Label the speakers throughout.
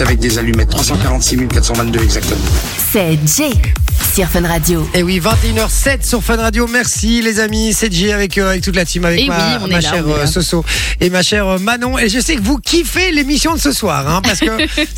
Speaker 1: avec des allumettes. 346 422 exactement.
Speaker 2: C'est Jay sur Fun Radio.
Speaker 3: Et oui, 21h07 sur Fun Radio. Merci les amis, c'est Jay avec, euh, avec toute la team, avec
Speaker 4: Et
Speaker 3: ma,
Speaker 4: oui, on
Speaker 3: ma
Speaker 4: est là,
Speaker 3: chère
Speaker 4: on est là.
Speaker 3: euh, Soso et ma chère euh, Manon. Et je sais que vous kiffez l'émission de ce soir, hein, parce que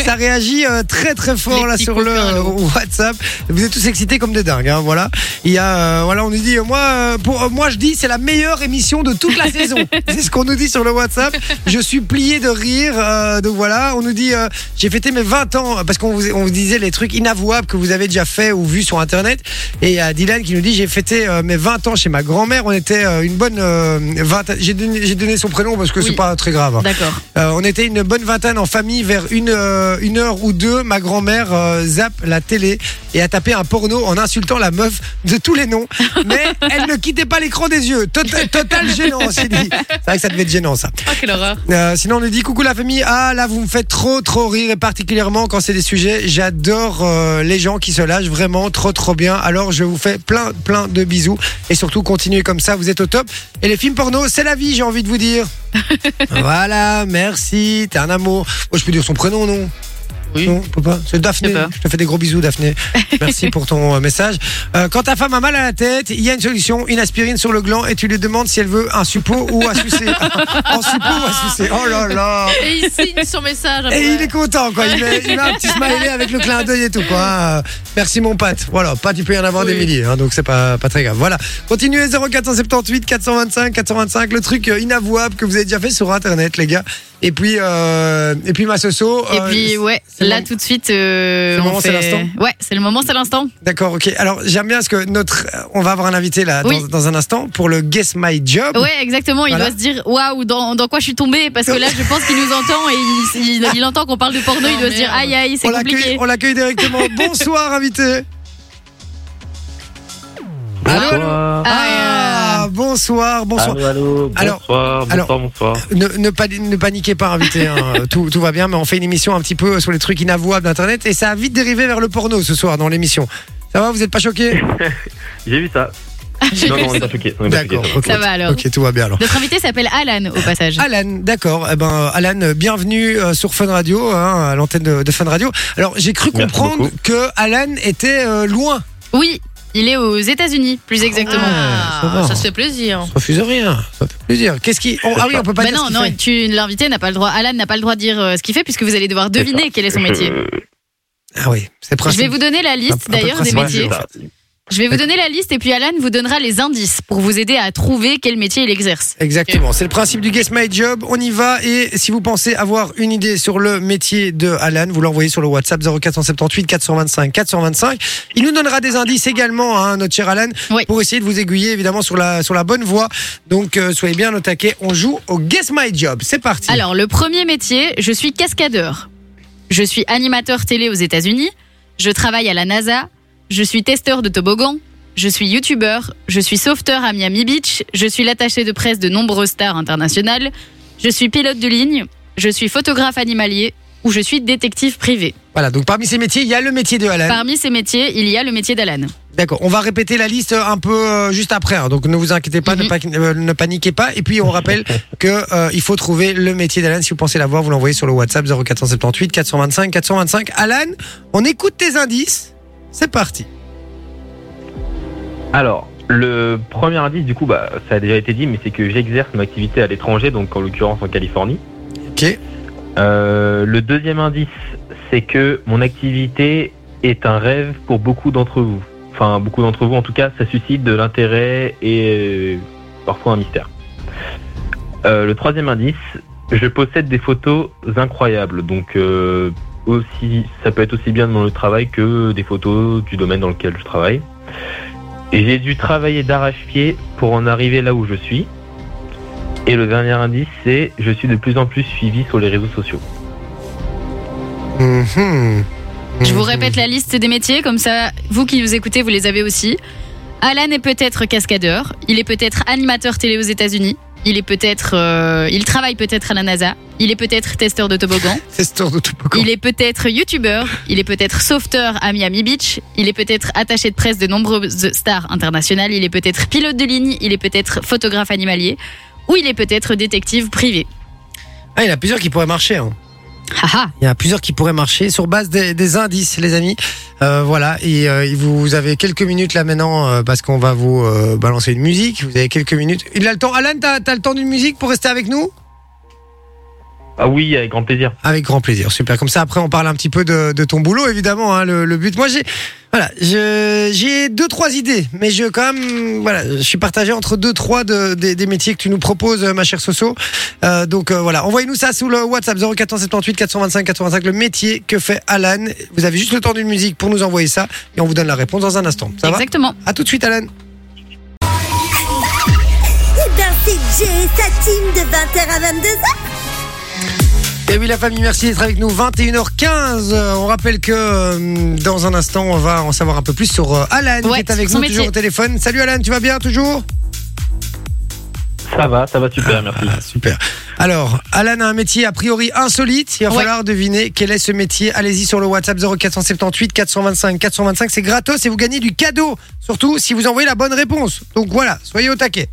Speaker 3: ça réagit euh, très très fort
Speaker 4: Les
Speaker 3: là
Speaker 4: petits
Speaker 3: sur le
Speaker 4: copains,
Speaker 3: euh,
Speaker 4: là.
Speaker 3: WhatsApp. Vous êtes tous excités comme des dingues, hein, voilà. Il y a, euh, voilà, on nous dit, euh, moi, euh, pour, euh, moi je dis, c'est la meilleure émission de toute la saison. C'est ce qu'on nous dit sur le WhatsApp. Je suis plié de rire, euh, donc voilà. On nous dit, euh, j'ai fêté mes 20 ans parce qu'on vous, on vous disait les trucs inavouables que vous avez déjà fait ou vu sur internet. Et il y a Dylan qui nous dit, j'ai fêté euh, mes 20 ans chez ma grand-mère. On était euh, une bonne euh, vingtaine. J'ai donné, j'ai donné son prénom parce que c'est
Speaker 4: Oui.
Speaker 3: pas très grave.
Speaker 4: D'accord.
Speaker 3: Euh, on était une bonne vingtaine en famille vers une, euh, une heure ou deux. Ma grand-mère euh, zappe la télé et a tapé un porno en insultant la meuf de tous les noms. Mais elle ne quittait pas l'écran des yeux. Total, total gênant, on s'est dit. C'est vrai que ça devait être gênant, ça.
Speaker 4: Oh, quelle horreur.
Speaker 3: Euh, sinon, on nous dit coucou la famille. Ah là, vous me faites trop, trop rire et particulièrement quand c'est des sujets. J'adore euh, les gens qui se lâchent vraiment trop, trop bien. Alors, je vous fais plein, plein de bisous et surtout continuez comme ça. Vous êtes au top. Et les films porno, c'est la vie, j'ai envie de vous dire. voilà, merci. T'es un amour. Moi, je peux dire son prénom, non
Speaker 4: Oui.
Speaker 3: Non, on peut pas. C'est Daphné.
Speaker 4: Je sais pas.
Speaker 3: Je te fais des gros bisous, Daphné. Merci pour ton euh, message. Euh, quand ta femme a mal à la tête, il y a une solution, une aspirine sur le gland, et tu lui demandes si elle veut un suppôt ou à sucer. en suppôt ou à sucer. Oh là là.
Speaker 4: Et il signe son message.
Speaker 3: Et
Speaker 4: après.
Speaker 3: il est content, quoi. Il met, il met un petit smiley avec le clin d'œil et tout, quoi. Euh, merci, mon Pat. Voilà, Pat, il peut y en avoir des
Speaker 4: Oui.
Speaker 3: milliers, hein, donc c'est pas, pas très grave. Voilà. Continuez 0478 425 425, le truc euh, inavouable que vous avez déjà fait sur Internet, les gars. Et puis, euh, et puis ma soso.
Speaker 4: Et
Speaker 3: euh,
Speaker 4: puis, ouais,
Speaker 3: c'est
Speaker 4: là
Speaker 3: bon.
Speaker 4: tout de suite. euh,
Speaker 3: C'est le
Speaker 4: on
Speaker 3: moment, c'est
Speaker 4: fait-
Speaker 3: l'instant
Speaker 4: Ouais, c'est le moment, c'est l'instant.
Speaker 3: D'accord, ok. Alors j'aime bien parce que notre, euh, on va avoir un invité là
Speaker 4: Oui.
Speaker 3: dans, dans un instant pour le Guess My Job.
Speaker 4: Ouais, exactement. Il
Speaker 3: Voilà.
Speaker 4: doit se dire waouh, dans, dans quoi je suis tombé Parce que là, je pense qu'il nous entend et il, il- il entend qu'on parle de porno.
Speaker 5: Oh,
Speaker 4: il doit se dire
Speaker 2: merde.
Speaker 4: aïe aïe, c'est
Speaker 3: on
Speaker 4: compliqué.
Speaker 3: l'accueille, on l'accueille directement. Bonsoir invité. Allô, allô
Speaker 4: Ah,
Speaker 3: Ah, bonsoir, bonsoir.
Speaker 6: Allô, allô,
Speaker 3: Alors-
Speaker 6: bonsoir,
Speaker 3: alors-
Speaker 6: bonsoir, bonsoir.
Speaker 3: Ne, ne, pa- ne paniquez pas, invité. hein. tout, tout va bien, mais on fait une émission un petit peu sur les trucs inavouables d'Internet et ça a vite dérivé vers le porno ce soir dans l'émission. Ça va, vous êtes pas choqués
Speaker 6: J'ai vu ça.
Speaker 3: Ah,
Speaker 6: Non, non, on est pas choqués. on est pas choqués,
Speaker 3: D'accord. ok.
Speaker 4: Ça
Speaker 6: ça va.
Speaker 4: va alors.
Speaker 3: Ok, tout va bien alors.
Speaker 4: Notre invité s'appelle Alan au passage.
Speaker 3: Alan, d'accord. Eh ben, Alan, euh, bienvenue euh, sur Fun Radio, hein, à l'antenne de, de Fun Radio. Alors, j'ai cru
Speaker 6: Merci
Speaker 3: comprendre
Speaker 6: beaucoup.
Speaker 3: que Alan était euh, loin.
Speaker 4: Oui, il est aux États-Unis, plus exactement.
Speaker 3: Ah, ça va.
Speaker 5: ça se fait plaisir.
Speaker 3: Refuse rien. Ça fait plaisir. Qu'est-ce qui on- Ah oui, on peut pas
Speaker 4: Bah
Speaker 3: dire ce
Speaker 4: non,
Speaker 3: qu'il
Speaker 4: non,
Speaker 3: fait.
Speaker 4: tu l'invité n'a pas le droit. Alan n'a pas le droit de dire euh, ce qu'il fait puisque vous allez devoir
Speaker 6: C'est
Speaker 4: deviner
Speaker 6: ça.
Speaker 4: quel est son
Speaker 6: Je-
Speaker 4: métier.
Speaker 3: Ah oui, c'est le
Speaker 4: Je
Speaker 3: principe.
Speaker 4: vais vous donner la
Speaker 3: Un
Speaker 4: liste
Speaker 3: peu- un peu
Speaker 4: d'ailleurs des
Speaker 3: principe.
Speaker 6: Ouais,
Speaker 4: métiers.
Speaker 6: c'est ça.
Speaker 4: Je vais vous donner la liste et puis Alan vous donnera les indices pour vous aider à trouver quel métier il exerce.
Speaker 3: Exactement, c'est le principe du Guess My Job, on y va et si vous pensez avoir une idée sur le métier de Alan, vous l'envoyez sur le WhatsApp 0478 425 425. Il nous donnera des indices également, hein, notre cher Alan,
Speaker 4: Oui.
Speaker 3: pour essayer de vous aiguiller évidemment sur la, sur la bonne voie. Donc euh, soyez bien au taquet, on joue au Guess My Job, c'est parti.
Speaker 4: Alors, le premier métier, je suis cascadeur. Je suis animateur télé aux États-Unis. Je travaille à la NASA. Je suis testeur de toboggan. Je suis youtubeur. Je suis sauveteur à Miami Beach. Je suis l'attaché de presse de nombreuses stars internationales. Je suis pilote de ligne. Je suis photographe animalier. Ou je suis détective privé.
Speaker 3: Voilà, donc parmi ces métiers, il y a le métier de Alan.
Speaker 4: Parmi ces métiers, il y a le métier d'Alan.
Speaker 3: D'accord, on va répéter la liste un peu euh, juste après, hein. donc ne vous inquiétez pas, ne,
Speaker 4: Mhm.
Speaker 3: pa- euh, ne paniquez pas. Et puis on rappelle que euh, il faut trouver le métier d'Alan. Si vous pensez l'avoir, vous l'envoyez sur le WhatsApp 0478 425 425. Alan, on écoute tes indices. C'est parti.
Speaker 6: Alors, le premier indice, du coup, bah, ça a déjà été dit, mais c'est que j'exerce mon activité à l'étranger, donc en l'occurrence en Californie.
Speaker 3: Ok.
Speaker 6: Euh, le deuxième indice, c'est que mon activité est un rêve pour beaucoup d'entre vous. Enfin, beaucoup d'entre vous, en tout cas, ça suscite de l'intérêt et euh, parfois un mystère. Euh, le troisième indice, je possède des photos incroyables. Donc, euh, aussi, ça peut être aussi bien de mon travail que des photos du domaine dans lequel je travaille. Et j'ai dû travailler d'arrache-pied pour en arriver là où je suis. Et le dernier indice, c'est je suis de plus en plus suivi sur les réseaux sociaux.
Speaker 3: Mhm.
Speaker 4: Je vous
Speaker 3: Mhm.
Speaker 4: répète la liste des métiers, comme ça, vous qui nous écoutez, vous les avez aussi. Alan est peut-être cascadeur, il est peut-être animateur télé aux États-Unis, il est peut-être, euh, il travaille peut-être à la NASA, il est peut-être testeur de toboggan,
Speaker 3: C'est ce tour de tout
Speaker 4: il est peut-être youtubeur, il est peut-être sauveteur à Miami Beach, il est peut-être attaché de presse de nombreuses stars internationales, il est peut-être pilote de ligne, il est peut-être photographe animalier, ou il est peut-être détective privé.
Speaker 3: Ah, il y en a plusieurs qui pourraient marcher. hein.
Speaker 4: Ah ah.
Speaker 3: Il y en a plusieurs qui pourraient marcher sur base des, des indices, les amis. Euh, voilà, et euh, et vous, vous avez quelques minutes là maintenant euh, parce qu'on va vous euh, balancer une musique. Vous avez quelques minutes. Il a le temps. Alan, t'as as le temps d'une musique pour rester avec nous
Speaker 6: Ah oui, avec grand plaisir.
Speaker 3: Avec grand plaisir, super. Comme ça, après, on parle un petit peu de, de ton boulot, évidemment. hein, le, le but, moi, j'ai voilà, je- j'ai deux trois idées, mais je quand même voilà, je suis partagé entre deux trois de- des, des métiers que tu nous proposes, euh, ma chère Soso. Euh, donc euh, voilà, envoyez-nous ça sous le WhatsApp 0478 425 85, le métier que fait Alan. Vous avez juste le temps d'une musique pour nous envoyer ça, et on vous donne la réponse dans un instant. Ça
Speaker 4: Exactement.
Speaker 3: va À tout de suite, Alan.
Speaker 5: Eh ben, c'est Jay et sa team de 20h à 22h.
Speaker 3: Et Eh oui, la famille, merci d'être avec nous. 21h15. Euh, On rappelle que euh, dans un instant, on va en savoir un peu plus sur euh, Alan qui
Speaker 4: Ouais,
Speaker 3: est avec
Speaker 4: son
Speaker 3: nous
Speaker 4: métier.
Speaker 3: toujours au téléphone. Salut Alan, tu vas bien toujours
Speaker 6: Ça va, ça va super, merci.
Speaker 3: Ah, Super. Alors, Alan a un métier a priori insolite. Il va
Speaker 4: Ouais.
Speaker 3: falloir deviner quel est ce métier. Allez-y sur le WhatsApp 0478 425 425. C'est gratos et vous gagnez du cadeau. Surtout si vous envoyez la bonne réponse. Donc voilà, soyez au taquet.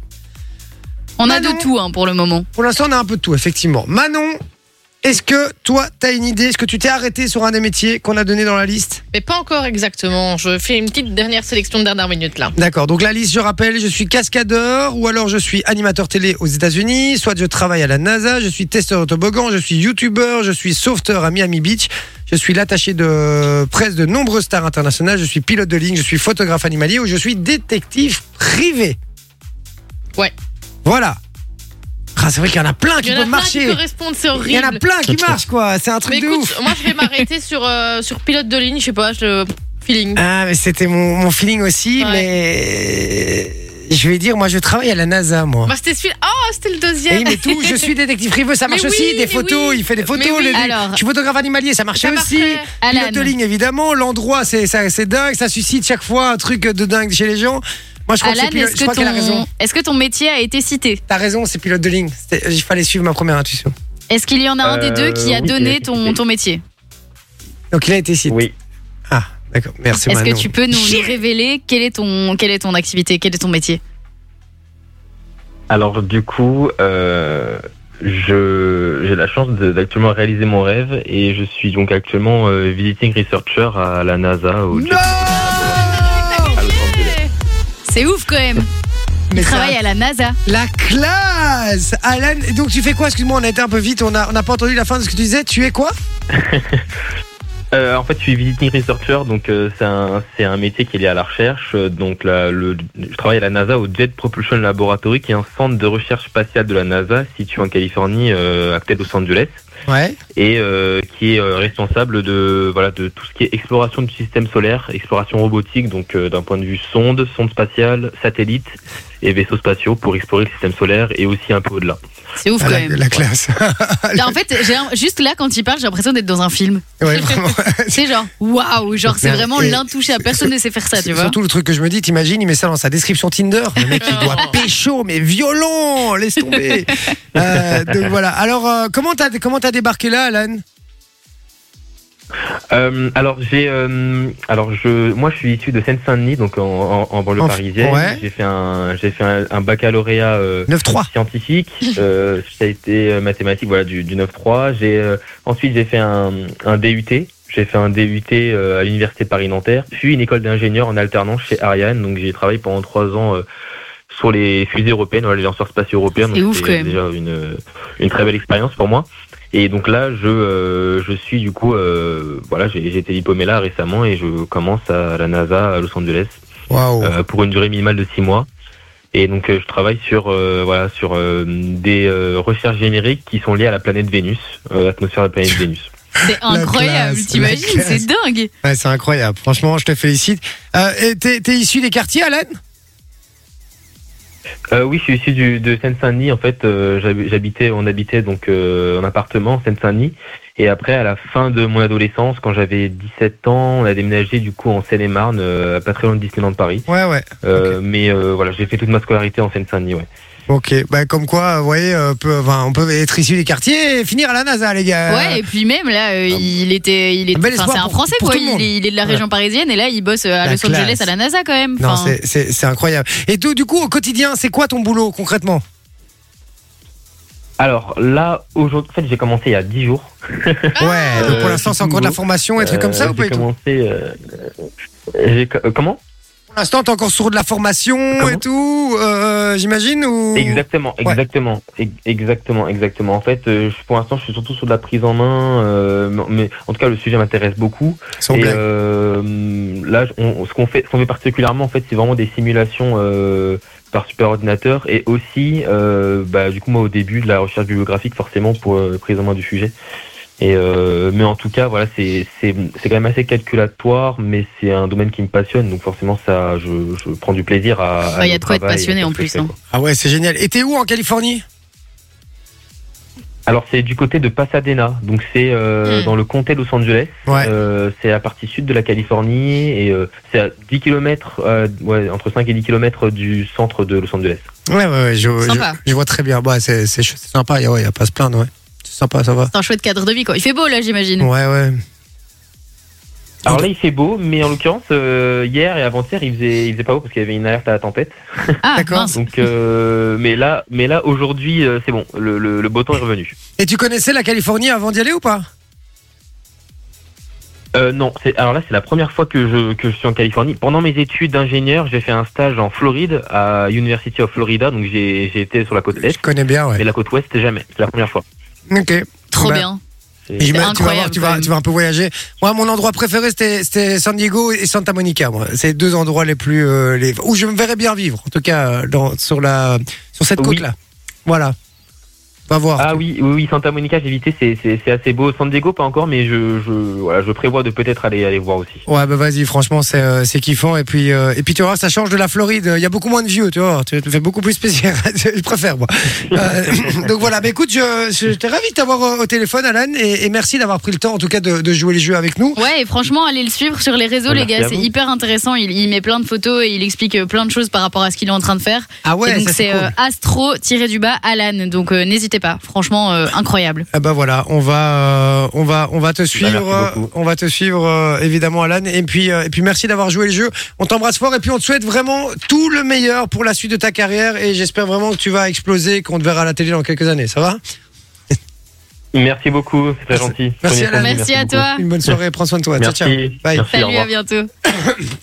Speaker 4: On a
Speaker 3: Manon.
Speaker 4: de tout hein, pour le moment.
Speaker 3: Pour l'instant, on a un peu de tout, effectivement. Manon, est-ce que toi, t'as une idée Est-ce que tu t'es arrêté sur un des métiers qu'on a donné dans la liste
Speaker 7: Mais pas encore exactement. Je fais une petite dernière sélection de dernière minute là.
Speaker 3: D'accord, donc la liste, je rappelle, je suis cascadeur ou alors je suis animateur télé aux États-Unis, soit je travaille à la NASA, je suis testeur de toboggan, je suis youtubeur, je suis sauveteur à Miami Beach, je suis l'attaché de presse de nombreuses stars internationales, je suis pilote de ligne, je suis photographe animalier ou je suis détective privé.
Speaker 7: Ouais.
Speaker 3: Voilà. Ah, c'est vrai qu'il y en a plein
Speaker 7: Il
Speaker 3: qui
Speaker 7: y en a
Speaker 3: peuvent
Speaker 7: plein qui
Speaker 3: marcher.
Speaker 7: correspondent, c'est
Speaker 3: Il y en a
Speaker 7: horrible.
Speaker 3: plein qui marchent, quoi. C'est un truc
Speaker 7: Mais
Speaker 3: de
Speaker 7: écoute,
Speaker 3: ouf.
Speaker 7: moi je vais m'arrêter sur, euh, sur pilote de ligne, je sais pas, je... feeling.
Speaker 3: Ah, mais c'était mon, mon feeling aussi,
Speaker 7: Ouais.
Speaker 3: mais je vais dire, moi, je travaille à la NASA, moi.
Speaker 7: Bah c'était celui Oh, c'était le
Speaker 3: Et
Speaker 7: deuxième.
Speaker 3: il met tout, je suis détective privé, ça marche
Speaker 7: Mais oui,
Speaker 3: aussi, des
Speaker 7: mais
Speaker 3: photos,
Speaker 7: oui.
Speaker 3: il fait des photos,
Speaker 7: Mais oui.
Speaker 3: les-
Speaker 4: Alors.
Speaker 3: je suis photographe animalier, ça marche
Speaker 7: Ça
Speaker 3: aussi.
Speaker 7: marchait.
Speaker 4: Alan.
Speaker 3: Pilote de ligne évidemment, l'endroit c'est ça- c'est dingue, ça suscite chaque fois un truc de dingue chez les gens. Moi je crois que
Speaker 4: Alan,
Speaker 3: c'est pilote,
Speaker 4: est-ce
Speaker 3: je crois
Speaker 4: que,
Speaker 3: qu'elle a raison.
Speaker 4: ton... est-ce que ton métier a été cité
Speaker 3: T'as raison, c'est pilote de ligne. C'était- Il fallait suivre ma première intuition.
Speaker 4: Est-ce qu'il y en a un des
Speaker 6: Euh,
Speaker 4: deux qui a
Speaker 6: oui,
Speaker 4: donné
Speaker 6: oui,
Speaker 4: ton,
Speaker 6: oui.
Speaker 4: ton métier
Speaker 3: Donc il a été cité.
Speaker 6: Oui.
Speaker 3: Ah, d'accord. Merci
Speaker 4: Est-ce que
Speaker 3: Manon.
Speaker 4: tu peux nous, nous révéler quelle est, ton, quelle est ton activité, quel est ton métier
Speaker 6: Alors du coup, euh, je j'ai la chance de- d'actuellement réaliser mon rêve et je suis donc actuellement euh, visiting researcher à la NASA au
Speaker 3: Non
Speaker 6: à Los Angeles.
Speaker 4: C'est ouf quand même
Speaker 3: Mais
Speaker 4: Il
Speaker 3: c'est
Speaker 4: travaille
Speaker 3: un-
Speaker 4: à la NASA.
Speaker 3: La classe Alan, et donc tu fais quoi Excuse-moi, on a été un peu vite, on a- on n'a pas entendu la fin de ce que tu disais. Tu es quoi
Speaker 6: Euh, en fait, je suis visiting researcher, donc euh, c'est un c'est un métier qui est lié à la recherche. euh, donc la- le, je travaille à la NASA au Jet Propulsion Laboratory, qui est un centre de recherche spatiale de la NASA situé en Californie, euh, à côté de Los Angeles,
Speaker 3: Ouais.
Speaker 6: et euh, qui est euh, responsable de voilà de tout ce qui est exploration du système solaire, exploration robotique, donc euh, d'un point de vue sonde, sonde spatiale, satellite et vaisseaux spatiaux pour explorer le système solaire et aussi un peu au-delà.
Speaker 4: C'est ouf
Speaker 3: Ah,
Speaker 4: quand
Speaker 3: la,
Speaker 4: même.
Speaker 3: la classe.
Speaker 4: Là, en fait, j'ai un- juste là, quand il parle, j'ai l'impression d'être dans un film.
Speaker 3: ouais, vraiment.
Speaker 4: C'est genre, waouh, genre c'est
Speaker 3: Mais-
Speaker 4: vraiment
Speaker 3: et-
Speaker 4: l'intouchable. Personne ne sait faire ça, tu
Speaker 3: C'est
Speaker 4: vois.
Speaker 3: Surtout le truc que je me dis, t'imagines, il met ça dans sa description Tinder. Le mec, il doit
Speaker 4: Oh.
Speaker 3: pécho, mais violent, laisse tomber. Euh, donc voilà. Alors, euh, comment t'as comment t'as débarqué là, Alan
Speaker 6: Euh, alors j'ai, euh, alors je, moi je suis issu de Seine-Saint-Denis, donc en, en, en banlieue
Speaker 3: En-
Speaker 6: parisienne.
Speaker 3: ouais.
Speaker 6: J'ai fait un, j'ai fait un, un baccalauréat euh,
Speaker 3: 9-3.
Speaker 6: scientifique. euh, ça a été euh, mathématiques, voilà du, du 9-3. J'ai euh, ensuite j'ai fait un, un DUT. J'ai fait un DUT euh, à l'université Paris Nanterre, puis une école d'ingénieur en alternance chez Ariane. Donc j'ai travaillé pendant trois ans. euh, sur les fusées européennes, voilà, les lanceurs spatiaux européens.
Speaker 4: C'est
Speaker 6: Donc,
Speaker 4: ouf,
Speaker 6: c'était
Speaker 4: quand même.
Speaker 6: déjà une, une très belle expérience pour moi. Et donc là, je, euh, je suis du coup, euh, voilà, j'ai j'ai été diplômé là récemment et je commence à la NASA à Los Angeles
Speaker 3: Waouh.
Speaker 6: euh, pour une durée minimale de six mois. Et donc euh, je travaille sur euh, voilà sur euh, des euh, recherches génériques qui sont liées à la planète Vénus, euh, l'atmosphère de la planète Vénus.
Speaker 4: C'est incroyable,
Speaker 3: classe,
Speaker 4: t'imagines
Speaker 3: la
Speaker 4: C'est dingue.
Speaker 3: Ouais, c'est incroyable. Franchement, je te félicite. Euh, et t'es t'es issu des quartiers, Alan
Speaker 6: Euh, oui, je suis issu du, de Seine-Saint-Denis. En fait, euh, j'hab- j'habitais, on habitait donc euh, en appartement en Seine-Saint-Denis. Et après, à la fin de mon adolescence, quand j'avais 17 ans, on a déménagé du coup en Seine-et-Marne, euh, à pas très loin de Disneyland Paris.
Speaker 3: Ouais, ouais.
Speaker 6: Euh, Mais euh, voilà, j'ai fait toute ma scolarité en Seine-Saint-Denis. Ouais.
Speaker 3: Ok. Bah, comme quoi, vous voyez, euh, peut- enfin, on peut être issu des quartiers et finir à la NASA, les gars.
Speaker 4: Ouais, et puis même là, euh,
Speaker 3: un-
Speaker 4: il était, il
Speaker 3: Euh, bah, un
Speaker 4: était,
Speaker 3: bel
Speaker 4: enfin,
Speaker 3: espoir
Speaker 4: c'est un
Speaker 3: pour-
Speaker 4: Français
Speaker 3: pour
Speaker 4: quoi.
Speaker 3: tout le monde.
Speaker 4: Il est, il est de la région parisienne et là, il bosse euh, à
Speaker 3: La
Speaker 4: Los Angeles
Speaker 3: classe.
Speaker 4: à la NASA quand même.
Speaker 3: Non,
Speaker 4: Enfin,
Speaker 3: c'est- c'est c'est incroyable. Et donc, du coup, au quotidien, c'est quoi ton boulot concrètement
Speaker 6: Alors là, aujourd'hui, en fait, j'ai commencé il y a 10 jours.
Speaker 3: Ouais, donc pour
Speaker 6: Euh,
Speaker 3: l'instant,
Speaker 6: c'est
Speaker 3: c'est encore de la
Speaker 6: nouveau.
Speaker 3: formation et trucs comme ça
Speaker 6: Euh,
Speaker 3: ou pas
Speaker 6: J'ai
Speaker 3: du tout
Speaker 6: commencé. euh, euh, j'ai co- euh, comment
Speaker 3: Pour l'instant, t'es encore sur de la formation et
Speaker 6: Comment
Speaker 3: tout, euh, j'imagine ou...
Speaker 6: Exactement,
Speaker 3: Ouais.
Speaker 6: exactement, ex- exactement, exactement. En fait, euh, je- pour l'instant, je suis surtout sur de la prise en main, euh, mais en tout cas, le sujet m'intéresse beaucoup.
Speaker 3: Sans
Speaker 6: Et
Speaker 3: blague.
Speaker 6: euh, là, on- ce qu'on fait, ce qu'on fait particulièrement, en fait, c'est vraiment des simulations euh, par superordinateur et aussi, euh, bah, du coup, moi, au début de la recherche bibliographique, forcément, pour euh, prise en main du sujet. Et euh, mais en tout cas, voilà, c'est c'est c'est quand même assez calculatoire, mais c'est un domaine qui me passionne, donc forcément, ça, je, je prends du plaisir à. à
Speaker 4: Ouais, y a
Speaker 6: le
Speaker 4: de quoi être
Speaker 6: travail, à
Speaker 4: passionné,
Speaker 6: faire
Speaker 4: en
Speaker 6: ce que
Speaker 4: plus,
Speaker 6: je fais,
Speaker 4: hein.
Speaker 6: quoi.
Speaker 3: Ah ouais, c'est génial. Et t'es où en Californie
Speaker 6: Alors, c'est du côté de Pasadena, donc c'est euh,
Speaker 7: Hmm.
Speaker 6: dans le comté de Los Angeles.
Speaker 3: Ouais.
Speaker 6: Euh, c'est la partie sud de la Californie et euh, c'est à 10 km, ouais, entre 5 et 10 km du centre de Los Angeles.
Speaker 3: Ouais, ouais, ouais, je, je-
Speaker 7: Sympa.
Speaker 3: je vois très bien. Ouais, c'est c'est ch- c'est sympa, il ouais, y a pas à se plaindre, ouais. C'est sympa, ça va.
Speaker 4: C'est un chouette cadre de vie, quoi. Il fait beau, là, j'imagine.
Speaker 3: Ouais, ouais.
Speaker 6: Alors
Speaker 3: Ok.
Speaker 6: là, il fait beau, mais en l'occurrence, euh, hier et avant-hier, il faisait, il faisait pas beau parce qu'il y avait une alerte à la tempête.
Speaker 4: Ah,
Speaker 3: D'accord.
Speaker 4: mince.
Speaker 6: Donc, euh, mais là, mais là aujourd'hui, euh, c'est bon, le, le, le beau temps est revenu.
Speaker 3: Et tu connaissais la Californie avant d'y aller ou pas
Speaker 6: Euh, non, c'est, alors là, c'est la première fois que je, que je suis en Californie. Pendant mes études d'ingénieur, j'ai fait un stage en Floride, à University of Florida, donc j'ai, j'ai été sur la côte
Speaker 3: Je
Speaker 6: est,
Speaker 3: connais bien, ouais.
Speaker 6: mais la côte ouest, jamais. C'est la première fois.
Speaker 3: Ok.
Speaker 4: Trop
Speaker 3: Bah,
Speaker 4: bien.
Speaker 6: C'est-
Speaker 3: Et j'imagine- tu vas voir,
Speaker 4: incroyable,
Speaker 3: tu
Speaker 4: quand
Speaker 3: vas,
Speaker 4: même.
Speaker 3: tu vas un peu voyager. Moi, mon endroit préféré, c'était- c'était San Diego et Santa Monica. moi. C'est les deux endroits les plus, euh, les, où je me verrais bien vivre. En tout cas, euh, dans, sur la, sur cette
Speaker 6: Oui.
Speaker 3: côte-là. Voilà. Va voir.
Speaker 6: Ah oui, oui, oui, Santa Monica, j'ai visité, c'est- c'est c'est assez beau. San Diego, pas encore, mais je, je, voilà, je prévois de peut-être aller, aller voir aussi.
Speaker 3: Ouais, bah vas-y, franchement, c'est euh, c'est kiffant. Et puis, euh, et puis, tu vois, ça change de la Floride. Il y a beaucoup moins de vieux, tu vois. Tu tu fais beaucoup plus spécial. je préfère, moi. Euh, donc voilà, bah écoute, je, je j'étais ravi de t'avoir euh, au téléphone, Alan. Et, et merci d'avoir pris le temps, en tout cas, de, de jouer les jeux avec nous.
Speaker 4: Ouais, et franchement, allez le suivre sur les réseaux, les
Speaker 6: Merci
Speaker 3: Bah
Speaker 4: gars.
Speaker 6: à
Speaker 4: C'est
Speaker 6: vous.
Speaker 4: hyper intéressant. Il, il met plein de photos et il explique euh, plein de choses par rapport à ce qu'il est en train de faire.
Speaker 3: Ah
Speaker 4: et
Speaker 3: ouais,
Speaker 4: donc,
Speaker 3: ça,
Speaker 4: c'est
Speaker 3: c'est cool.
Speaker 4: euh, astro-du-bas Alan. Donc, euh, n'hésitez pas. Franchement, euh, incroyable.
Speaker 3: Ah bah voilà, on va, euh, on va, on va te suivre,
Speaker 6: Bah, merci
Speaker 3: euh,
Speaker 6: beaucoup.
Speaker 3: on va te suivre euh, évidemment, Alan. Et puis, euh, et puis merci d'avoir joué le jeu. On t'embrasse fort et puis on te souhaite vraiment tout le meilleur pour la suite de ta carrière. Et j'espère vraiment que tu vas exploser, et qu'on te verra à la télé dans quelques années. Ça va
Speaker 6: Merci beaucoup, c'est très
Speaker 3: Merci.
Speaker 6: gentil.
Speaker 3: Merci,
Speaker 6: Prenez soin de vous,
Speaker 3: Alan.
Speaker 4: Merci à
Speaker 6: beaucoup.
Speaker 4: toi.
Speaker 3: Une bonne soirée, prends soin de toi. Ciao,
Speaker 6: Merci.
Speaker 3: ciao. Bye.
Speaker 6: Merci, au
Speaker 4: Salut,
Speaker 6: revoir.
Speaker 4: à bientôt.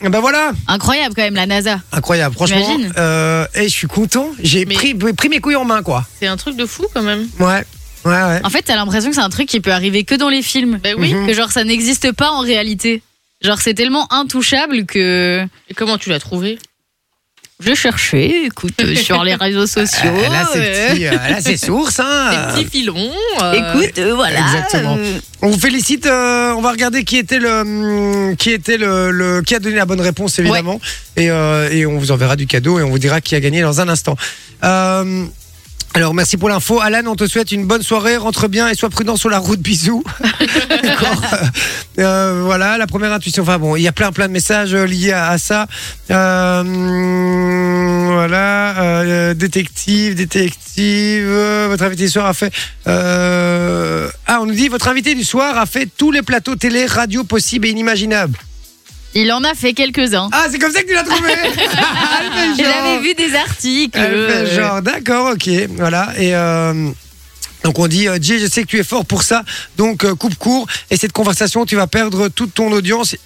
Speaker 3: Ah bah voilà,
Speaker 4: Incroyable, quand même, la NASA.
Speaker 3: incroyable. Franchement,
Speaker 4: T'imagines
Speaker 3: euh, et je suis content. J'ai
Speaker 7: Mais-
Speaker 3: pris, pris mes couilles en main, quoi.
Speaker 7: C'est un truc de fou quand même.
Speaker 3: Ouais, ouais, ouais.
Speaker 4: En fait, t'as l'impression que c'est un truc qui peut arriver que dans les films.
Speaker 7: Ben oui.
Speaker 3: Mhm.
Speaker 4: Que genre, ça n'existe pas en réalité. Genre, c'est tellement intouchable que.
Speaker 7: Et comment tu l'as trouvé
Speaker 4: Je cherchais, écoute, euh, sur les réseaux sociaux.
Speaker 3: Euh, là, c'est
Speaker 4: euh,
Speaker 3: petit, euh, là, c'est source. Hein.
Speaker 7: Des petits filons. euh,
Speaker 4: Écoute, euh, voilà.
Speaker 3: Exactement.
Speaker 4: euh,
Speaker 3: On vous félicite. euh, on va regarder qui était le, hum, qui était le, le- qui a donné la bonne réponse évidemment. Et, euh, et on vous enverra du cadeau et on vous dira qui a gagné dans un instant. Euh, alors merci pour l'info, Alan. On te souhaite une bonne soirée. Rentre bien et sois prudent sur la route. Bisous. D'accord. Euh, voilà la première intuition. Enfin bon, il y a plein plein de messages euh, liés à, à ça. Euh, hum, voilà, euh, détective, détective. euh, votre invité ce soir a fait. Euh, Ah, on nous dit votre invité du soir a fait tous les plateaux télé, radio possibles et inimaginables.
Speaker 4: Il en a fait quelques-uns.
Speaker 3: Ah, c'est comme ça que tu l'as trouvé. Elle fait Ah, genre.
Speaker 4: J'avais vu des articles.
Speaker 3: Elle fait
Speaker 4: euh,
Speaker 3: genre, d'accord, ok, voilà. Et euh, donc on dit, euh, Jay, je sais que tu es fort pour ça, donc euh, coupe court. Et cette conversation, tu vas perdre toute ton audience.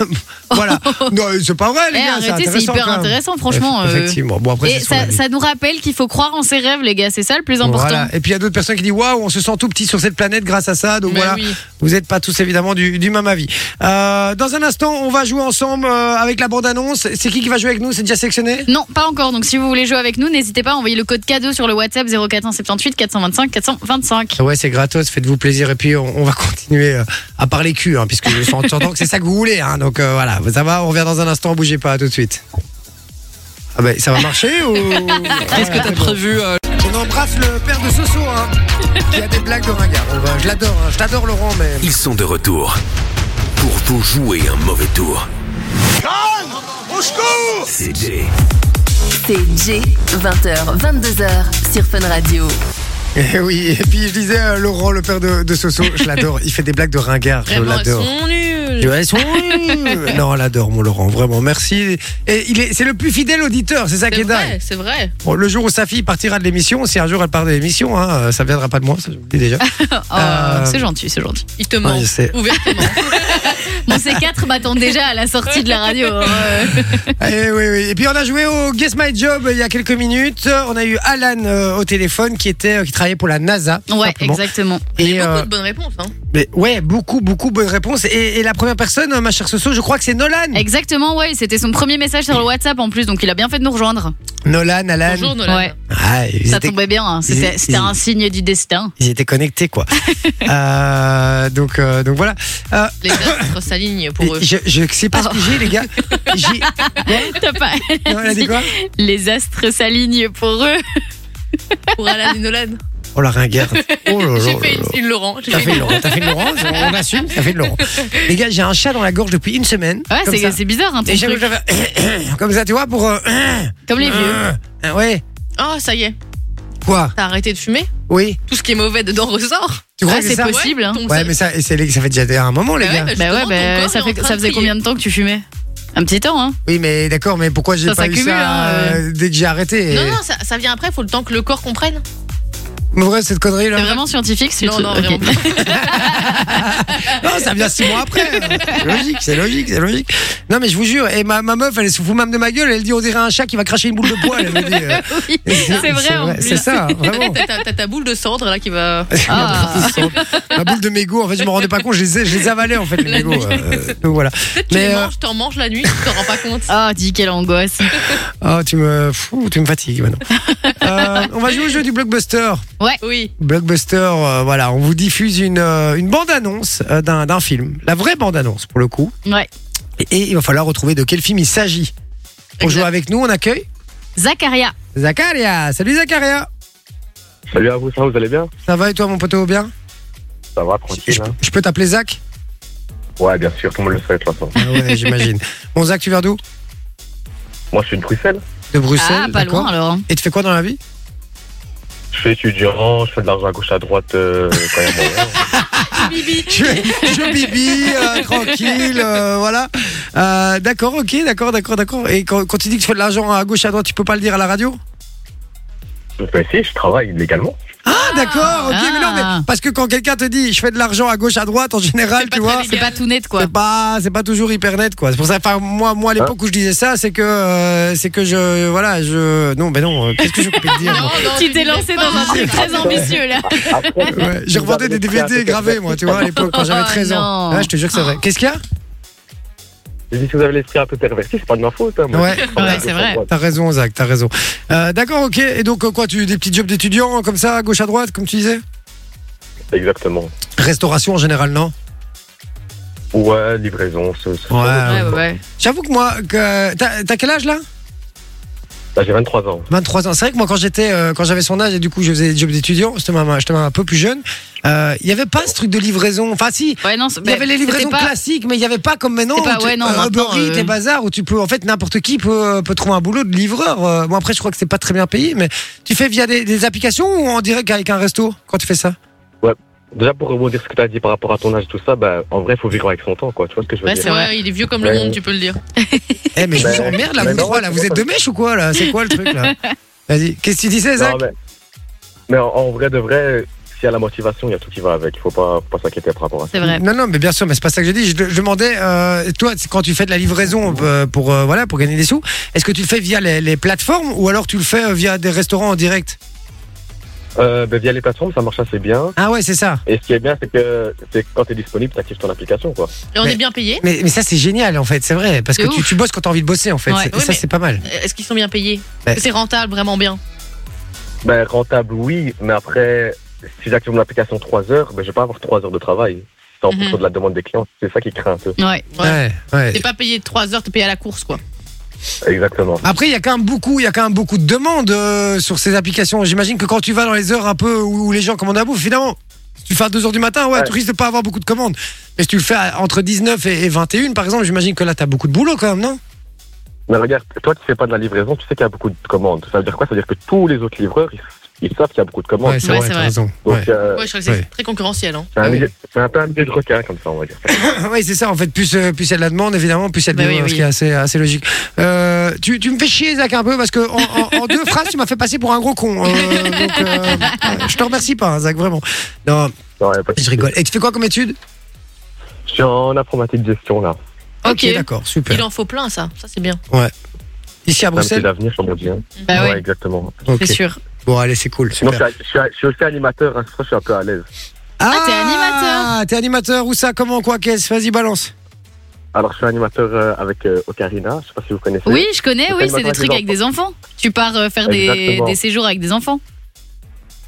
Speaker 3: voilà. Non, c'est pas vrai, les
Speaker 4: eh,
Speaker 3: gars.
Speaker 4: arrêtez, c'est
Speaker 3: intéressant,
Speaker 4: hyper
Speaker 3: quand même.
Speaker 4: intéressant, franchement. euh.
Speaker 3: Effectivement. Bon, après,
Speaker 4: Et
Speaker 3: c'est sur la
Speaker 4: ça,
Speaker 3: vie.
Speaker 4: ça nous rappelle qu'il faut croire en ses rêves, les gars. C'est ça le plus important.
Speaker 3: Voilà. Et puis il y a d'autres personnes qui disent waouh, on se sent tout petit sur cette planète grâce à ça. Donc
Speaker 7: bah
Speaker 3: voilà,
Speaker 7: oui.
Speaker 3: vous n'êtes pas tous évidemment du, du même avis. Euh, dans un instant, on va jouer ensemble euh, avec la bande-annonce. C'est qui qui va jouer avec nous C'est déjà sélectionné
Speaker 4: Non, pas encore. Donc, si vous voulez jouer avec nous, n'hésitez pas à envoyer le code cadeau sur le WhatsApp 0478 425 425.
Speaker 3: Ouais, c'est gratos, faites-vous plaisir. Et puis, on, on va continuer euh, à parler cul, hein, puisque je sens entendant que c'est ça que vous voulez. hein. donc euh, voilà, ça va, on revient dans un instant, bougez pas, à tout de suite. Ah ben, ça va marcher ou. Qu'est-ce que t'as prévu euh, On embrasse le père de Soso, hein, qui a des blagues de ringard. On va- Je l'adore, hein, je l'adore, Laurent, mais.
Speaker 8: Ils sont de retour pour vous jouer un mauvais tour. C'est Jay.
Speaker 2: C'est Jay, 20h, 22h sur Fun Radio.
Speaker 3: Eh oui, et puis je disais, euh, Laurent, le père de, de Soso, je l'adore, il fait des blagues de ringard, je
Speaker 7: Vraiment, elles
Speaker 3: l'adore.
Speaker 7: sont nuls. euh,
Speaker 3: Ouais, ils sont- non, on l'adore, mon Laurent, vraiment, merci. Et il est, c'est le plus fidèle auditeur, c'est ça qui
Speaker 7: C'est
Speaker 3: est dingue.
Speaker 7: vrai, c'est vrai.
Speaker 3: Bon, le jour où sa fille partira de l'émission, si un jour elle part de l'émission, hein, ça viendra pas de moi, ça je vous le dis déjà.
Speaker 4: Oh,
Speaker 3: Euh,
Speaker 4: C'est gentil, c'est gentil.
Speaker 7: Il te ment.
Speaker 3: Ouais, je sais.
Speaker 7: Ouvertement.
Speaker 4: Mon C4 m'attend déjà à la sortie de la radio. hein.
Speaker 3: Et, Eh oui, oui. Et puis on a joué au Guess My Job euh, il y a quelques minutes. On a eu Alan euh, au téléphone qui était, euh, qui travaillait pour la NASA. tout
Speaker 4: Ouais,
Speaker 3: simplement.
Speaker 4: exactement.
Speaker 3: Et
Speaker 7: Beaucoup
Speaker 3: euh,
Speaker 7: de bonnes réponses. Hein.
Speaker 3: mais ouais, beaucoup, beaucoup bonnes réponses. Et, et la première personne, euh, ma chère Soso, je crois que c'est Nolan.
Speaker 4: Exactement, ouais, c'était son premier message sur le WhatsApp en plus, donc il a bien fait de nous rejoindre.
Speaker 3: Nolan, Alan.
Speaker 7: Bonjour Nolan.
Speaker 4: Ouais.
Speaker 3: Ah, ils,
Speaker 4: Ça
Speaker 3: étaient,
Speaker 4: tombait bien, hein. c'était
Speaker 3: ils-
Speaker 4: c'était un signe du destin.
Speaker 3: ils étaient connectés, quoi. Euh, donc, euh, donc voilà.
Speaker 7: Les astres s'alignent pour eux. Oh.
Speaker 3: Et Je, je sais pas ce que j'ai, les gars. J'ai-
Speaker 4: T'as pas-
Speaker 3: Non, elle a dit quoi
Speaker 4: Les astres s'alignent pour eux.
Speaker 7: Pour Alan et Nolan.
Speaker 3: Oh la ringarde. Oh là là.
Speaker 7: J'ai
Speaker 3: là
Speaker 7: fait
Speaker 3: là.
Speaker 7: une, une Laurent. J'ai
Speaker 3: T'as
Speaker 7: fait une-
Speaker 3: fait Laurent, t'as fait Laurent, on assume, t'as fait Laurent. Les gars, j'ai un chat dans la gorge depuis une semaine.
Speaker 4: Ouais,
Speaker 3: comme ça.
Speaker 4: c'est- c'est bizarre, hein, ton
Speaker 3: Et j'avoue
Speaker 4: truc.
Speaker 3: que j'avais- comme ça, tu vois, pour. euh,
Speaker 4: comme les vieux.
Speaker 3: euh, ouais.
Speaker 7: Ah, ça y est.
Speaker 3: Quoi
Speaker 7: T'as arrêté de fumer
Speaker 3: Oui.
Speaker 7: Tout ce qui est mauvais dedans ressort.
Speaker 3: Tu crois
Speaker 4: Ah,
Speaker 3: que
Speaker 4: c'est
Speaker 3: ça
Speaker 4: possible. hein.
Speaker 7: Ton-
Speaker 3: Ouais, mais ça, et c'est les- ça fait déjà un moment, les
Speaker 7: Bah
Speaker 3: gars.
Speaker 7: ouais,
Speaker 4: Bah ouais,
Speaker 7: Justement, ton
Speaker 4: bah,
Speaker 7: corps
Speaker 4: ça,
Speaker 7: est
Speaker 4: fait,
Speaker 7: en
Speaker 4: ça
Speaker 7: train de
Speaker 4: faisait
Speaker 7: crier.
Speaker 4: combien de temps que tu fumais Un petit temps, hein
Speaker 3: Oui, mais d'accord, mais pourquoi j'ai
Speaker 4: Ça
Speaker 3: pas eu
Speaker 4: s'accumule,
Speaker 3: ça
Speaker 4: hein,
Speaker 3: euh,
Speaker 4: euh.
Speaker 3: dès que j'ai arrêté et-
Speaker 7: Non, non, ça, ça vient après, faut le temps que le corps comprenne.
Speaker 3: Mais vrai, cette connerie
Speaker 4: C'est
Speaker 3: là.
Speaker 4: vraiment scientifique ce
Speaker 7: Non,
Speaker 4: truc
Speaker 7: non,
Speaker 4: Ok.
Speaker 7: vraiment.
Speaker 3: Non, ça vient six mois après. C'est logique, c'est logique, c'est logique. Non, mais je vous jure, et ma, ma meuf, elle se fout même de ma gueule, elle dit on dirait un chat qui va cracher une boule de poil. Elle me dit, euh,
Speaker 4: Oui, c'est vrai en
Speaker 3: C'est
Speaker 4: plus.
Speaker 3: ça, hein, vraiment.
Speaker 7: T'as ta- t'as ta boule de cendre là qui va.
Speaker 4: Ah.
Speaker 3: Ma boule de mégots, en fait, je me rendais pas compte, je les, ai- je les avalais en fait, les mégots. euh, donc voilà.
Speaker 7: Peut-être tu
Speaker 3: Mais
Speaker 7: les
Speaker 3: euh,
Speaker 7: manges, t'en manges la nuit, tu t'en rends pas compte.
Speaker 4: Ah, dis quelle angoisse.
Speaker 3: oh, tu me, fou, tu me fatigues maintenant. Euh, on va jouer au jeu du blockbuster.
Speaker 7: Oui.
Speaker 3: Blockbuster, euh, voilà, on vous diffuse une, euh, une bande-annonce euh, d'un d'un film, la vraie bande-annonce pour le coup.
Speaker 4: Ouais.
Speaker 3: Et, et il va falloir retrouver de quel film il s'agit. Pour
Speaker 7: Exact.
Speaker 3: jouer avec nous, on accueille
Speaker 4: Zacharia.
Speaker 3: Zacharia. Salut Zacharia.
Speaker 6: Salut à vous, ça va, vous allez bien
Speaker 3: Ça va et toi, mon poteau, bien
Speaker 6: Ça va,
Speaker 3: je,
Speaker 6: hein
Speaker 3: je peux t'appeler Zach
Speaker 6: Ouais, bien sûr, tout le monde le sait de toute façon.
Speaker 3: ah Ouais, j'imagine. Bon, Zach, tu viens d'où
Speaker 6: Moi, je suis de Bruxelles.
Speaker 3: De Bruxelles.
Speaker 4: Ah, pas
Speaker 3: d'accord.
Speaker 4: loin alors. hein.
Speaker 3: Et tu fais quoi dans la vie
Speaker 6: Je suis étudiant, je fais de l'argent à gauche, à droite, euh, quand même. ouais.
Speaker 3: je, je bibi, euh, tranquille, euh, voilà. Euh, d'accord, ok, d'accord, d'accord, d'accord. Et quand, quand tu dis que tu fais de l'argent à gauche, à droite, tu peux pas le dire à la radio
Speaker 6: Bah, si, je travaille légalement.
Speaker 3: Ah, d'accord, ok,
Speaker 4: Ah.
Speaker 3: mais non, mais parce que quand quelqu'un te dit je fais de l'argent à gauche, à droite, en général, tu
Speaker 7: C'est pas très
Speaker 3: vois.
Speaker 7: légal.
Speaker 4: C'est pas tout net quoi.
Speaker 3: C'est pas, c'est pas toujours hyper net, quoi. C'est pour ça, enfin, moi, moi, à
Speaker 6: Ah.
Speaker 3: l'époque où je disais ça, c'est que, euh, c'est que je, voilà, je, non, ben non, euh, qu'est-ce que je peux te dire, moi
Speaker 4: Tu t'es lancé dans un truc très ambitieux là.
Speaker 6: Après,
Speaker 3: Ouais, j'ai revendé des DVD gravés, moi, tu vois, à l'époque, quand j'avais
Speaker 4: Oh,
Speaker 3: 13 ans.
Speaker 4: non. Oh.
Speaker 3: Ouais, je te jure que c'est vrai. Qu'est-ce qu'il y a?
Speaker 6: Je dis, si vous avez l'esprit un peu perverti, c'est pas de ma faute. Hein, moi.
Speaker 3: Ouais.
Speaker 4: Ouais, c'est vrai.
Speaker 3: T'as raison, Zach, t'as raison. Euh, D'accord, ok. Et donc, euh, quoi, tu des petits jobs d'étudiants hein, comme ça, à gauche à droite, comme tu disais
Speaker 6: Exactement.
Speaker 3: Restauration en général, non
Speaker 6: Ouais, livraison, ce, ce-
Speaker 4: Ouais, ouais, ouais.
Speaker 3: J'avoue que moi, que... t'as t'as quel âge là
Speaker 6: Là, j'ai 23 ans.
Speaker 3: 23 ans. C'est vrai que moi, quand j'étais, euh, quand j'avais son âge et du coup, je faisais des jobs d'étudiant, j'étais même, un- j'étais même un peu plus jeune, euh, il y avait pas ce truc de livraison. Enfin, si.
Speaker 4: Ouais, non, c'est-
Speaker 3: Il y avait les
Speaker 4: c'était
Speaker 3: livraisons
Speaker 4: pas-
Speaker 3: classiques, mais il n'y avait pas comme maintenant,
Speaker 4: C'était pas-
Speaker 3: où tu-
Speaker 4: ouais, non,
Speaker 3: euh, Uber
Speaker 4: maintenant,
Speaker 3: Eats
Speaker 4: euh,
Speaker 3: et bazar, où tu peux, en fait, n'importe qui peut, euh, peut trouver un boulot de livreur. Euh, Bon, après, je crois que c'est pas très bien payé, mais tu fais via des, des applications ou en direct avec un resto quand tu fais ça
Speaker 6: Déjà, pour rebondir sur ce que tu as dit par rapport à ton âge, tout ça, bah, en vrai, faut vivre avec son temps, quoi. Tu vois ce que je veux
Speaker 4: Ouais,
Speaker 6: dire
Speaker 4: c'est vrai.
Speaker 7: Ouais, il est vieux comme le
Speaker 6: Ouais.
Speaker 7: monde, tu peux le dire.
Speaker 3: Eh, mais je vous
Speaker 6: Ben,
Speaker 3: emmerde là,
Speaker 6: ben
Speaker 3: vous
Speaker 6: non,
Speaker 3: trois, là, vous êtes de mèche ou quoi là C'est quoi le truc là Vas-y, qu'est-ce que tu disais, Zach
Speaker 6: Non, mais, mais en, en vrai de vrai, s'il y a la motivation, il y a tout qui va avec. Faut pas, faut pas s'inquiéter par rapport à ça.
Speaker 4: C'est vrai.
Speaker 3: Non, non, mais bien sûr, mais c'est pas ça que j'ai dit. Je, je demandais, euh, toi, c'est quand tu fais de la livraison euh, pour, euh, voilà, pour gagner des sous, est-ce que tu le fais via les, les plateformes ou alors tu le fais euh, via des restaurants en direct
Speaker 6: Euh, ben, via les plateformes, ça marche assez bien.
Speaker 3: Ah ouais, c'est ça.
Speaker 6: Et ce qui est bien, c'est que c'est que quand t'es disponible, t'actives ton application, quoi.
Speaker 7: Et on
Speaker 3: Mais-
Speaker 7: est bien payé.
Speaker 3: Mais, mais ça, c'est génial en fait, c'est vrai, parce
Speaker 4: C'est
Speaker 3: que tu,
Speaker 4: ouf.
Speaker 3: tu bosses quand t'as envie de bosser en fait.
Speaker 4: Ouais,
Speaker 3: C'est-
Speaker 7: oui,
Speaker 3: ça,
Speaker 7: mais-
Speaker 3: c'est pas mal.
Speaker 7: Est-ce qu'ils sont bien payés
Speaker 3: Ouais.
Speaker 7: C'est rentable, vraiment bien.
Speaker 6: Ben, rentable, oui, mais après, si j'active mon application 3 heures, ben, je vais pas avoir 3 heures de travail. C'est en
Speaker 7: Mhm.
Speaker 6: fonction de la demande des clients. C'est ça qui craint un peu.
Speaker 4: Ouais.
Speaker 7: Ouais.
Speaker 3: Ouais, ouais.
Speaker 7: T'es pas payé 3 heures, t'es payé à la course, quoi.
Speaker 6: Exactement.
Speaker 3: Après, il y a quand même beaucoup, il y a quand même beaucoup de demandes euh, sur ces applications. J'imagine que quand tu vas dans les heures un peu où, où les gens commandent à bouffe, finalement, si tu le fais à 2 heures du matin, ouais,
Speaker 6: Ouais.
Speaker 3: tu risques de pas avoir beaucoup de commandes. Mais si tu le fais à- entre 19 et, et 21, par exemple, j'imagine que là, t'as beaucoup de boulot quand même, non
Speaker 6: Mais regarde, toi, tu fais pas de la livraison, tu sais qu'il y a beaucoup de commandes. Ça veut dire quoi Ça veut dire que tous les autres livreurs, ils ils savent qu'il y a beaucoup de commandes.
Speaker 3: Ouais, c'est
Speaker 7: Ouais,
Speaker 3: vrai,
Speaker 7: c'est
Speaker 3: t'as
Speaker 7: vrai.
Speaker 3: raison.
Speaker 6: Donc,
Speaker 3: Ouais.
Speaker 6: euh,
Speaker 7: Ouais, je crois que c'est
Speaker 3: Ouais.
Speaker 7: très concurrentiel. Hein.
Speaker 4: Ah
Speaker 6: c'est, un
Speaker 3: Ouais.
Speaker 6: milieu- c'est un peu un milieu de requin, comme ça, on va dire.
Speaker 3: Oui, c'est ça, en fait, plus euh, plus il y a de la demande, évidemment, plus il y a de
Speaker 7: Bah
Speaker 3: besoin,
Speaker 7: oui,
Speaker 3: ce
Speaker 7: oui.
Speaker 3: qui est assez, assez logique. Euh, tu, tu me fais chier, Zach, un peu, parce que en, en- en deux phrases, tu m'as fait passer pour un gros con. Euh, donc, euh, je te remercie pas, hein, Zach, vraiment. Non,
Speaker 6: Non, y a pas de
Speaker 3: je
Speaker 6: souci.
Speaker 3: rigole. Et tu fais quoi comme étude
Speaker 6: Je suis en informatique gestion, là.
Speaker 7: Ok.
Speaker 3: d'accord,
Speaker 7: Il
Speaker 3: super.
Speaker 7: en faut plein, ça. Ça, c'est bien.
Speaker 3: Ici à
Speaker 6: C'est un petit
Speaker 3: Bruxelles
Speaker 6: d'avenir, comme on dit. hein.
Speaker 4: Bah
Speaker 6: ouais,
Speaker 4: ouais,
Speaker 6: exactement.
Speaker 3: Ok.
Speaker 4: c'est sûr.
Speaker 3: Bon, allez, c'est cool.
Speaker 6: Sinon,
Speaker 3: Super.
Speaker 6: je suis, je suis- je suis aussi animateur, hein, c'est pour ça que je suis un peu à l'aise.
Speaker 4: Ah, t'es animateur.
Speaker 3: Ah, t'es animateur, où ça, comment, quoi, qu'est-ce Vas-y, balance.
Speaker 6: Alors, je suis animateur euh, avec euh, Ocarina, je sais pas si vous connaissez.
Speaker 4: Oui, je connais,
Speaker 6: C'est
Speaker 4: oui,
Speaker 6: tellement
Speaker 4: c'est des
Speaker 6: avec
Speaker 4: trucs
Speaker 6: les
Speaker 4: avec des enfants. Tu pars euh, faire des,
Speaker 6: Exactement.
Speaker 4: des séjours avec des enfants.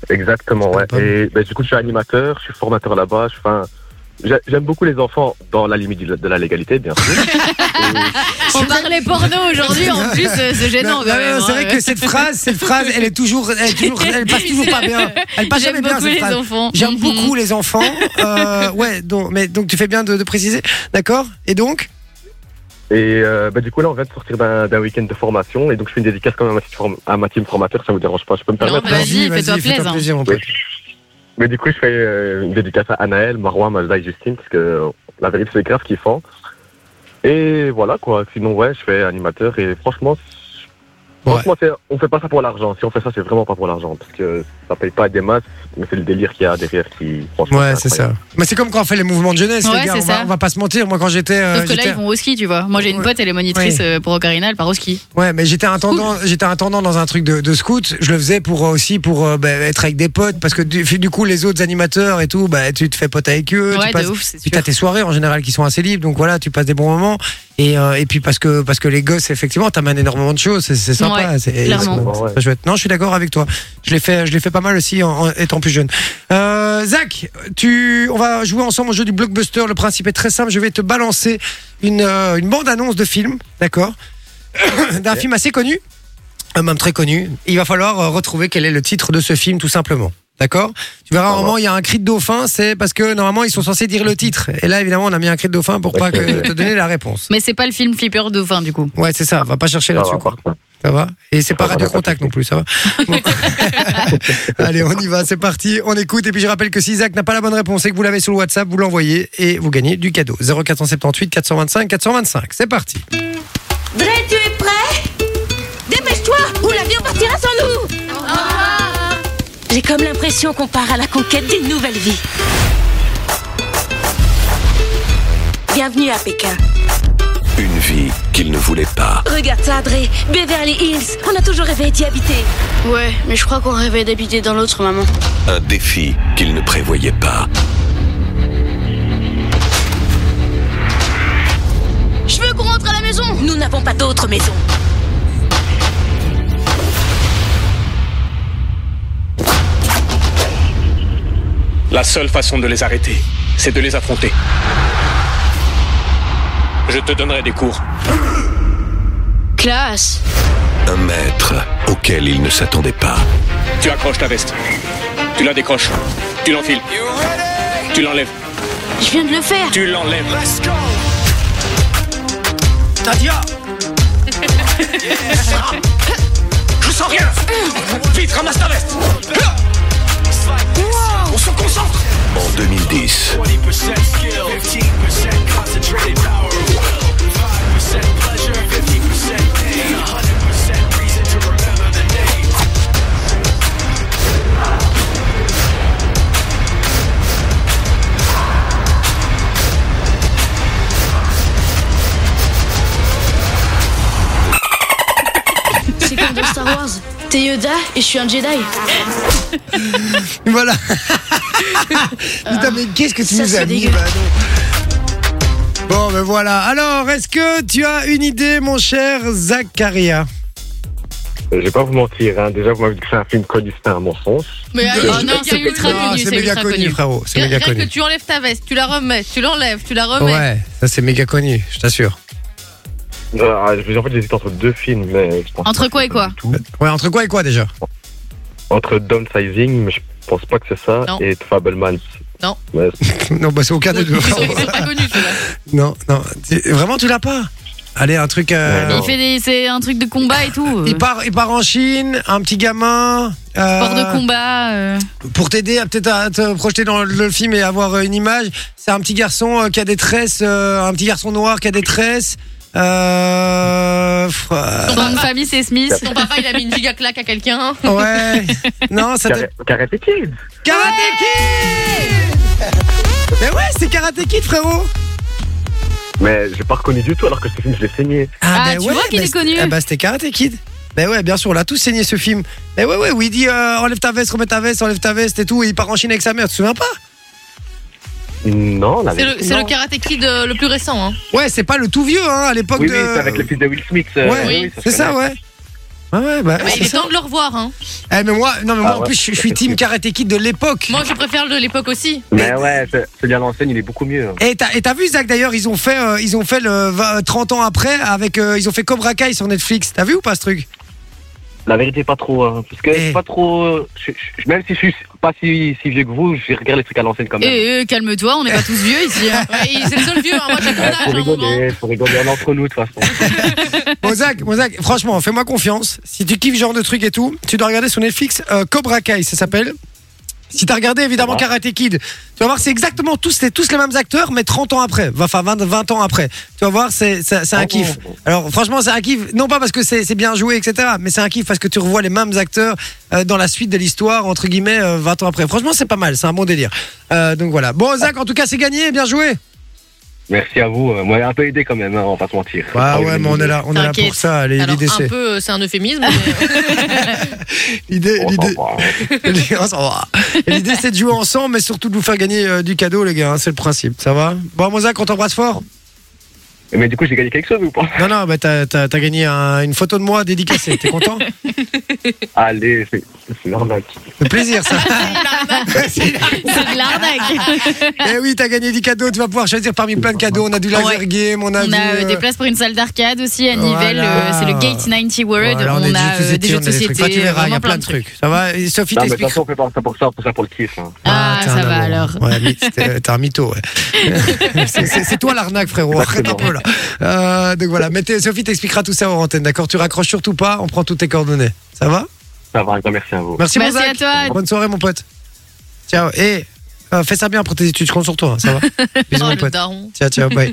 Speaker 6: Exactement, ouais.
Speaker 3: Pas mal.
Speaker 6: Et ben, du coup, je suis animateur, je suis formateur là-bas. Je, enfin, j'ai- j'aime beaucoup les enfants dans la limite de la- de la légalité, bien sûr.
Speaker 4: On parlait porno aujourd'hui, en plus, euh,
Speaker 3: Ah,
Speaker 4: c'est
Speaker 3: Non,
Speaker 4: gênant
Speaker 3: non,
Speaker 4: quand même.
Speaker 3: non, c'est
Speaker 4: hein,
Speaker 3: vrai
Speaker 4: euh.
Speaker 3: que cette phrase, cette phrase, elle est toujours, elle, est toujours- elle passe toujours pas bien. Elle passe jamais
Speaker 4: J'aime
Speaker 3: bien
Speaker 4: beaucoup
Speaker 3: cette
Speaker 4: les
Speaker 3: phrase.
Speaker 4: enfants.
Speaker 3: J'aime
Speaker 4: Mhm.
Speaker 3: beaucoup les enfants. Euh, ouais, donc, mais donc tu fais bien de, de préciser, d'accord Et donc
Speaker 6: Et euh, bah, du coup, là, on vient de sortir d'un d'un week-end de formation. Et donc, je fais une dédicace quand même à ma team, form- à ma team formateur. Ça vous dérange pas, je peux me permettre. hein.
Speaker 4: bah, Vas-y, fais-toi plaisir.
Speaker 3: mon pote.
Speaker 6: Mais du coup, je fais euh, une dédicace à Anaël, Marwa, Malda et Justine. Parce que euh, la vérité, c'est grave qu'ils font. Et voilà, quoi. Sinon, ouais, je fais animateur. Et franchement, c-
Speaker 3: Ouais.
Speaker 6: franchement c'est- on fait pas ça pour l'argent. Si on fait ça, c'est vraiment pas pour l'argent. Parce que ça paye pas des masses. Mais c'est le délire qu'il y a derrière qui, franchement.
Speaker 3: Ouais,
Speaker 6: c'est
Speaker 3: c'est ça. Mais c'est comme quand on fait les mouvements de jeunesse,
Speaker 4: Ouais,
Speaker 3: les gars.
Speaker 4: c'est
Speaker 3: On va,
Speaker 4: ça.
Speaker 3: on va pas se mentir. Moi, quand j'étais, euh,
Speaker 4: Sauf que là,
Speaker 3: j'étais-
Speaker 4: ils vont au ski, tu vois. Moi, j'ai une
Speaker 3: Ouais.
Speaker 4: pote, elle est monitrice
Speaker 3: Ouais.
Speaker 4: euh, pour Ocarina, elle part au ski.
Speaker 3: Ouais, mais j'étais intendant, j'étais intendant dans un truc de, de scout. Je le faisais pour euh, aussi pour euh, bah, être avec des potes parce que du, du coup les autres animateurs et tout, bah tu te fais pote avec eux. tu
Speaker 4: Ouais,
Speaker 3: passes-
Speaker 4: de ouf, c'est
Speaker 3: Puis
Speaker 4: sûr.
Speaker 3: t'as tes soirées en général qui sont assez libres, donc voilà, tu passes des bons moments. Et, euh, et puis parce que parce que les gosses, effectivement, t'amènes énormément de choses, c'est, c'est sympa,
Speaker 4: Ouais,
Speaker 3: c'est,
Speaker 4: clairement.
Speaker 3: c'est- c'est pas chouette. Non, je suis d'accord avec toi. Je l'ai fait, je l'ai fait pas mal aussi en, en étant plus jeune. Euh, Zach, tu, on va jouer ensemble au jeu du blockbuster. Le principe est très simple. Je vais te balancer une euh, une bande annonce de film, d'accord, d'un film assez connu, euh, même très connu. Il va falloir euh, retrouver quel est le titre de ce film, tout simplement. D'accord Tu verras, à un moment, il y a un cri de dauphin, c'est parce que normalement, ils sont censés dire le titre. Et là, évidemment, on a mis un cri de dauphin pour pas que te donner la réponse.
Speaker 4: Mais c'est pas le film Flipper Dauphin, du coup.
Speaker 3: Ouais, c'est ça, va pas chercher là-dessus, quoi. Ça va Et c'est pas Radio Contact non plus, ça va Bon. Allez, on y va, c'est parti, on écoute. Et puis je rappelle que si Isaac n'a pas la bonne réponse et que vous l'avez sur le WhatsApp, vous l'envoyez et vous gagnez du cadeau. 0478 425 425, c'est parti.
Speaker 5: Dre, tu es prêt Dépêche-toi ou l'avion partira sans nous J'ai comme l'impression qu'on part à la conquête d'une nouvelle vie. Bienvenue à Pékin.
Speaker 8: Une vie qu'il ne voulait pas.
Speaker 5: Regarde ça, Dre. Beverly Hills. On a toujours rêvé d'y habiter.
Speaker 9: Ouais, mais je crois qu'on rêvait d'habiter dans l'autre, maman.
Speaker 8: Un défi qu'il ne prévoyait pas.
Speaker 9: Je veux qu'on rentre à la maison
Speaker 5: Nous n'avons pas d'autre maison.
Speaker 10: La seule façon de les arrêter, c'est de les affronter. Je te donnerai des cours.
Speaker 9: Classe
Speaker 8: Un maître auquel il ne s'attendait pas.
Speaker 10: Tu accroches ta veste. Tu la décroches. Tu l'enfiles. Tu l'enlèves.
Speaker 9: Je viens de le faire
Speaker 10: Tu l'enlèves.
Speaker 3: Tadia
Speaker 10: Je sens rien. Vite, ramasse ta veste. On se concentre.
Speaker 8: En 2010,
Speaker 9: C'est comme dans Star Wars. T'es Yoda et je suis un Jedi.
Speaker 3: Voilà. Putain, mais qu'est-ce que tu
Speaker 9: ça,
Speaker 3: nous
Speaker 9: c'est
Speaker 3: as mis
Speaker 9: dégueu.
Speaker 3: bah, non. Bon, ben voilà. Alors, est-ce que tu as une idée, mon cher Zacharia
Speaker 6: Je vais pas vous mentir, hein. déjà vous m'avez dit que c'est un film connu, c'était un mensonge.
Speaker 7: Mais allez,
Speaker 4: Oh non, c'est ultra
Speaker 3: Ah,
Speaker 4: connu,
Speaker 3: C'est
Speaker 4: c'est
Speaker 3: méga
Speaker 4: ultra
Speaker 3: connu,
Speaker 4: connu.
Speaker 3: frérot. C'est méga
Speaker 7: Rien
Speaker 3: connu.
Speaker 7: que tu enlèves ta veste, tu la remets, tu l'enlèves, tu la remets.
Speaker 3: Ouais, ça c'est méga connu, je t'assure.
Speaker 6: Ah, je- en fait, j'hésite entre deux films, mais je pense
Speaker 4: Entre
Speaker 6: pas que
Speaker 4: quoi
Speaker 6: c'est
Speaker 4: et quoi
Speaker 6: du tout.
Speaker 3: Ouais, entre quoi et quoi déjà
Speaker 6: Entre Downsizing, mais je pense pas que c'est ça,
Speaker 7: Non.
Speaker 6: et The Fablemans.
Speaker 7: Non.
Speaker 6: Mais
Speaker 3: Non, bah c'est aucun des deux.
Speaker 7: Ils sont, ils sont pas connus, ceux-là.
Speaker 3: Non, non. Tu- Vraiment, tu l'as pas Allez, un truc. euh,
Speaker 6: Ouais, non.
Speaker 4: Il fait des, c'est un truc de combat et tout. euh.
Speaker 3: Il part, il part en Chine, un petit gamin. Euh,
Speaker 4: Hors de combat. euh,
Speaker 3: Pour t'aider à peut-être à te projeter dans le film et avoir euh, une image, c'est un petit garçon euh, qui a des tresses, euh, un petit garçon noir qui a des tresses. Euh, f- euh,
Speaker 4: Son nom de famille, c'est Smith.
Speaker 7: Ton papa, il a mis une giga claque à quelqu'un.
Speaker 3: euh, ouais. non, ça doit-
Speaker 6: Karate Kid
Speaker 3: Karate Kid Mais ouais, c'est Karate Kid, frérot
Speaker 6: Mais j'ai pas reconnu du tout alors que ce film, je l'ai saigné.
Speaker 4: Ah, tu vois qu'il
Speaker 3: bah,
Speaker 4: est
Speaker 3: c'était-
Speaker 4: connu.
Speaker 3: Ah bah c'était Karate Kid. Mais ouais, bien sûr, on l'a tous saigné ce film. Mais ouais, ouais, où il dit euh, enlève ta veste, remets ta veste, enlève ta veste et tout, et il part en Chine avec sa mère, tu te souviens pas
Speaker 6: Non, la
Speaker 7: C'est le, c'est le karaté kid euh, le plus récent. Hein.
Speaker 3: Ouais, c'est pas le tout vieux, hein, à l'époque
Speaker 6: Oui,
Speaker 3: de.
Speaker 6: oui, c'est avec le fils de Will Smith. euh,
Speaker 3: Ouais,
Speaker 6: oui,
Speaker 3: c'est
Speaker 6: se
Speaker 3: ça,
Speaker 6: connaît.
Speaker 3: ouais. Ouais, ouais, bah.
Speaker 7: Mais
Speaker 3: c'est
Speaker 7: il est
Speaker 3: ça.
Speaker 7: temps de le revoir. Hein.
Speaker 3: Eh, mais moi, non, mais moi
Speaker 6: Ah
Speaker 3: en
Speaker 6: ouais,
Speaker 3: plus, je, je suis team Karate Kid de l'époque.
Speaker 7: Moi, je préfère le de l'époque aussi.
Speaker 6: Mais ouais, ce- celui à l'enseigne, il est beaucoup mieux.
Speaker 3: Et t'as et t'as vu, Zach, d'ailleurs, ils ont fait, euh, ils ont fait le 20 30 ans après, avec, euh, ils ont fait Cobra Kai sur Netflix. T'as vu ou pas ce truc
Speaker 6: La vérité, pas trop. hein, parce que
Speaker 3: Eh.
Speaker 6: c'est pas trop. euh, je- je- même si je suis pas si, si vieux que vous, je regarde les trucs à l'enseigne quand même.
Speaker 4: Eh, eh, calme-toi, on n'est pas tous vieux ici. hein.
Speaker 7: Ouais, il- c'est le seul vieux. Hein. Moi, j'ai ton
Speaker 6: Ouais,
Speaker 7: âge à
Speaker 6: Eh, faut
Speaker 7: un moment.
Speaker 3: hein.
Speaker 6: rigoler, faut rigoler on est entre nous de toute façon.
Speaker 3: Bon Zach, bon, Zach, franchement, fais-moi confiance. Si tu kiffes ce genre de truc et tout, tu dois regarder sur Netflix euh, Cobra Kai, ça s'appelle. Si t'as regardé évidemment
Speaker 6: Ouais.
Speaker 3: Karate Kid, tu vas voir, c'est exactement tous, c'est tous les mêmes acteurs, mais 30 ans après, enfin 20, 20 ans après. Tu vas voir, c'est c'est- c'est un
Speaker 6: Oh.
Speaker 3: kiff. Alors franchement, c'est un kiff, non pas parce que c'est c'est bien joué, etc., mais c'est un kiff parce que tu revois les mêmes acteurs euh, dans la suite de l'histoire, entre guillemets, euh, 20 ans après. Franchement, c'est pas mal, c'est un bon délire. Euh, donc voilà. Bon Zach, en tout cas, c'est gagné, bien joué.
Speaker 6: Merci à vous. euh, Moi, un peu aidé quand même, hein, on va pas se mentir.
Speaker 3: Ah Ouais, ouais, mais on est là, on est là
Speaker 4: T'inquiète.
Speaker 3: pour ça, les-
Speaker 7: Alors,
Speaker 3: l'idée
Speaker 7: un
Speaker 3: c'est...
Speaker 7: peu, euh, c'est un euphémisme. mais-
Speaker 3: L'idée,
Speaker 6: On s'en hein.
Speaker 3: l'idée-
Speaker 6: va.
Speaker 3: Les- on s'en va. Et L'idée c'est de jouer ensemble, mais surtout de vous faire gagner euh, du cadeau, les gars. hein, c'est le principe. Ça va Bon, Mozac, on t'embrasse fort.
Speaker 6: Mais du coup, j'ai gagné quelque chose ou pas
Speaker 3: Non, non, bah, t'as, t'as- t'as gagné un- une photo de moi dédicacée. T'es content
Speaker 6: Allez, c'est c'est l'arnaque.
Speaker 3: Le plaisir, ça.
Speaker 4: C'est de l'arnaque.
Speaker 3: Eh oui, t'as gagné du cadeau. Tu vas pouvoir choisir parmi plein de cadeaux. On a du laser
Speaker 4: Ouais.
Speaker 3: game, on a,
Speaker 4: On
Speaker 3: du,
Speaker 4: a euh,
Speaker 3: euh,
Speaker 4: des places pour une salle d'arcade aussi à Nivelles.
Speaker 3: Voilà.
Speaker 4: euh, c'est le Gate 90 World.
Speaker 3: voilà,
Speaker 4: on,
Speaker 3: est
Speaker 4: a euh, des jeux de
Speaker 3: on a trucs.
Speaker 4: société.
Speaker 3: Enfin, tu verras, il y a
Speaker 4: vraiment
Speaker 3: plein de trucs. Ça va Et Sophie
Speaker 6: Non, mais de toute
Speaker 3: t'explique.
Speaker 6: façon, on fait pas ça pour ça, on fait ça pour le kiff. hein.
Speaker 4: Ah,
Speaker 3: t'es
Speaker 4: ça
Speaker 3: un
Speaker 4: va
Speaker 3: amour.
Speaker 4: alors.
Speaker 3: Ouais, mais t'es- t'es un mytho, ouais. c'est, c'est- c'est toi l'arnaque, frérot. Arrête un peu, là. Euh, donc voilà. Mais t'es- Sophie t'expliquera tout ça en antenne, d'accord Tu raccroches surtout pas, on prend toutes tes coordonnées. Ça va
Speaker 6: Ça va, un grand merci à vous.
Speaker 3: Merci,
Speaker 4: Merci
Speaker 3: Mozac.
Speaker 4: à toi.
Speaker 3: Bonne soirée, mon pote. Ciao. Et fais ça bien pour tes études, je compte sur toi, hein, ça va Bisous,
Speaker 7: Oh,
Speaker 3: mon
Speaker 7: le
Speaker 3: pote.
Speaker 7: daron.
Speaker 3: Ciao, ciao, bye.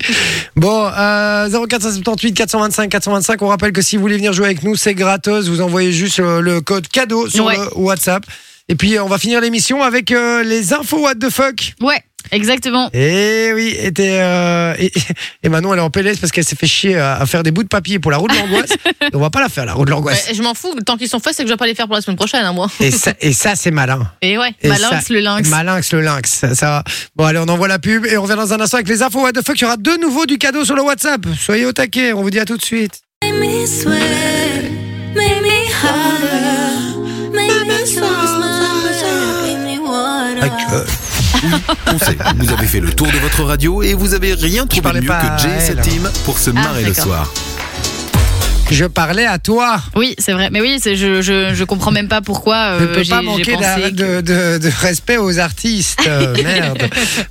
Speaker 3: Bon, euh, 0478 425 425. On rappelle que si vous voulez venir jouer avec nous, c'est gratos. Vous envoyez juste euh, le code cadeau sur
Speaker 4: Ouais.
Speaker 3: le WhatsApp. Et puis, euh, on va finir l'émission avec euh, les infos what the fuck.
Speaker 4: Ouais, exactement.
Speaker 3: Et Eh oui, et, t'es, euh, et, et Manon, elle est en PLS parce qu'elle s'est fait chier à, à faire des bouts de papier pour la roue de l'angoisse. on va pas la faire, la roue de l'angoisse.
Speaker 7: Ouais, je m'en fous. Tant qu'ils sont faits, c'est que je vais pas les faire pour la semaine prochaine, hein, moi.
Speaker 3: Et ça, et ça c'est malin.
Speaker 7: Et ouais.
Speaker 3: Et
Speaker 4: Ma
Speaker 3: ça-
Speaker 4: lynx, le lynx.
Speaker 3: Malinx, le lynx, ça, ça va. Bon, allez, on envoie la pub et on revient dans un instant avec les infos. What the fuck, il y aura de nouveau du cadeau sur le WhatsApp. Soyez au taquet, on vous dit à tout de suite.
Speaker 4: Ah.
Speaker 3: Avec, euh,
Speaker 8: On sait, vous avez fait le tour de votre radio et vous avez rien
Speaker 3: parlais
Speaker 8: trouvé mieux
Speaker 3: pas à
Speaker 8: que Jay et sa
Speaker 3: elle. Ah,
Speaker 8: team pour se marrer le
Speaker 4: d'accord.
Speaker 8: soir.
Speaker 3: je parlais à toi.
Speaker 4: Oui, c'est vrai. Mais oui, c'est- je, je, je comprends même pas pourquoi.
Speaker 3: Je
Speaker 4: euh,
Speaker 3: peux
Speaker 4: j'ai-
Speaker 3: pas
Speaker 4: j'ai
Speaker 3: manquer
Speaker 4: pensé
Speaker 3: d'a-
Speaker 4: que-
Speaker 3: de, de- de respect aux artistes. euh, merde.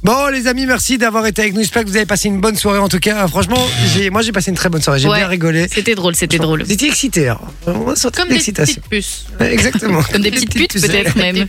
Speaker 3: Bon, les amis, merci d'avoir été avec nous. J'espère que vous avez passé une bonne soirée. En tout cas, franchement, j'ai- moi, j'ai passé une très bonne soirée. J'ai
Speaker 4: Ouais.
Speaker 3: bien rigolé.
Speaker 4: C'était drôle, c'était drôle.
Speaker 3: Vous étiez excité. hein. On a senti
Speaker 7: Comme
Speaker 3: de
Speaker 7: des
Speaker 3: l'excitation.
Speaker 7: petites puces.
Speaker 3: Exactement.
Speaker 4: Comme des petites putes,
Speaker 3: puces.
Speaker 4: peut-être même.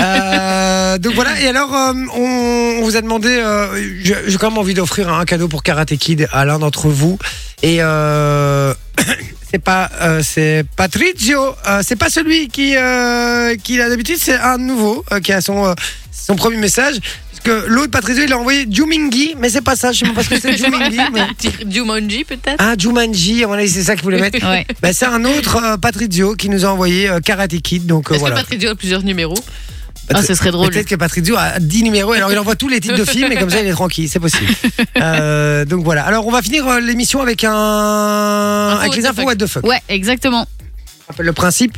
Speaker 3: Euh, donc voilà, et alors, euh, on, on vous a demandé, euh, j'ai j'ai quand même envie d'offrir un cadeau pour Karate Kid à l'un d'entre vous. Et euh, c'est pas, euh, c'est Patrizio, euh, c'est pas celui qui, euh, qui a d'habitude, c'est un nouveau euh, qui a son, euh, son premier message. Parce que l'autre Patrizio, il a envoyé Jumingi, mais c'est pas ça, je sais même pas ce que c'est Jumingi. Mais...
Speaker 7: Petit Jumanji, peut-être.
Speaker 3: Ah, Jumanji, à mon avis, c'est ça qu'il voulait mettre.
Speaker 4: Ouais.
Speaker 3: Bah, c'est un autre euh, Patrizio qui nous a envoyé euh, Karate Kid, donc euh,
Speaker 7: Est-ce
Speaker 3: voilà.
Speaker 7: que Patrick Dio a plusieurs numéros
Speaker 4: Ah, ce serait drôle.
Speaker 3: Peut-être que Patrizio a 10 numéros, alors il envoie tous les titres de films et comme ça il est tranquille, c'est possible. Euh, donc voilà, alors on va finir euh, l'émission avec un. Avec
Speaker 7: what
Speaker 3: les
Speaker 7: the
Speaker 3: infos
Speaker 7: fuck.
Speaker 3: what the fuck.
Speaker 4: Ouais, exactement.
Speaker 3: Je rappelle le principe.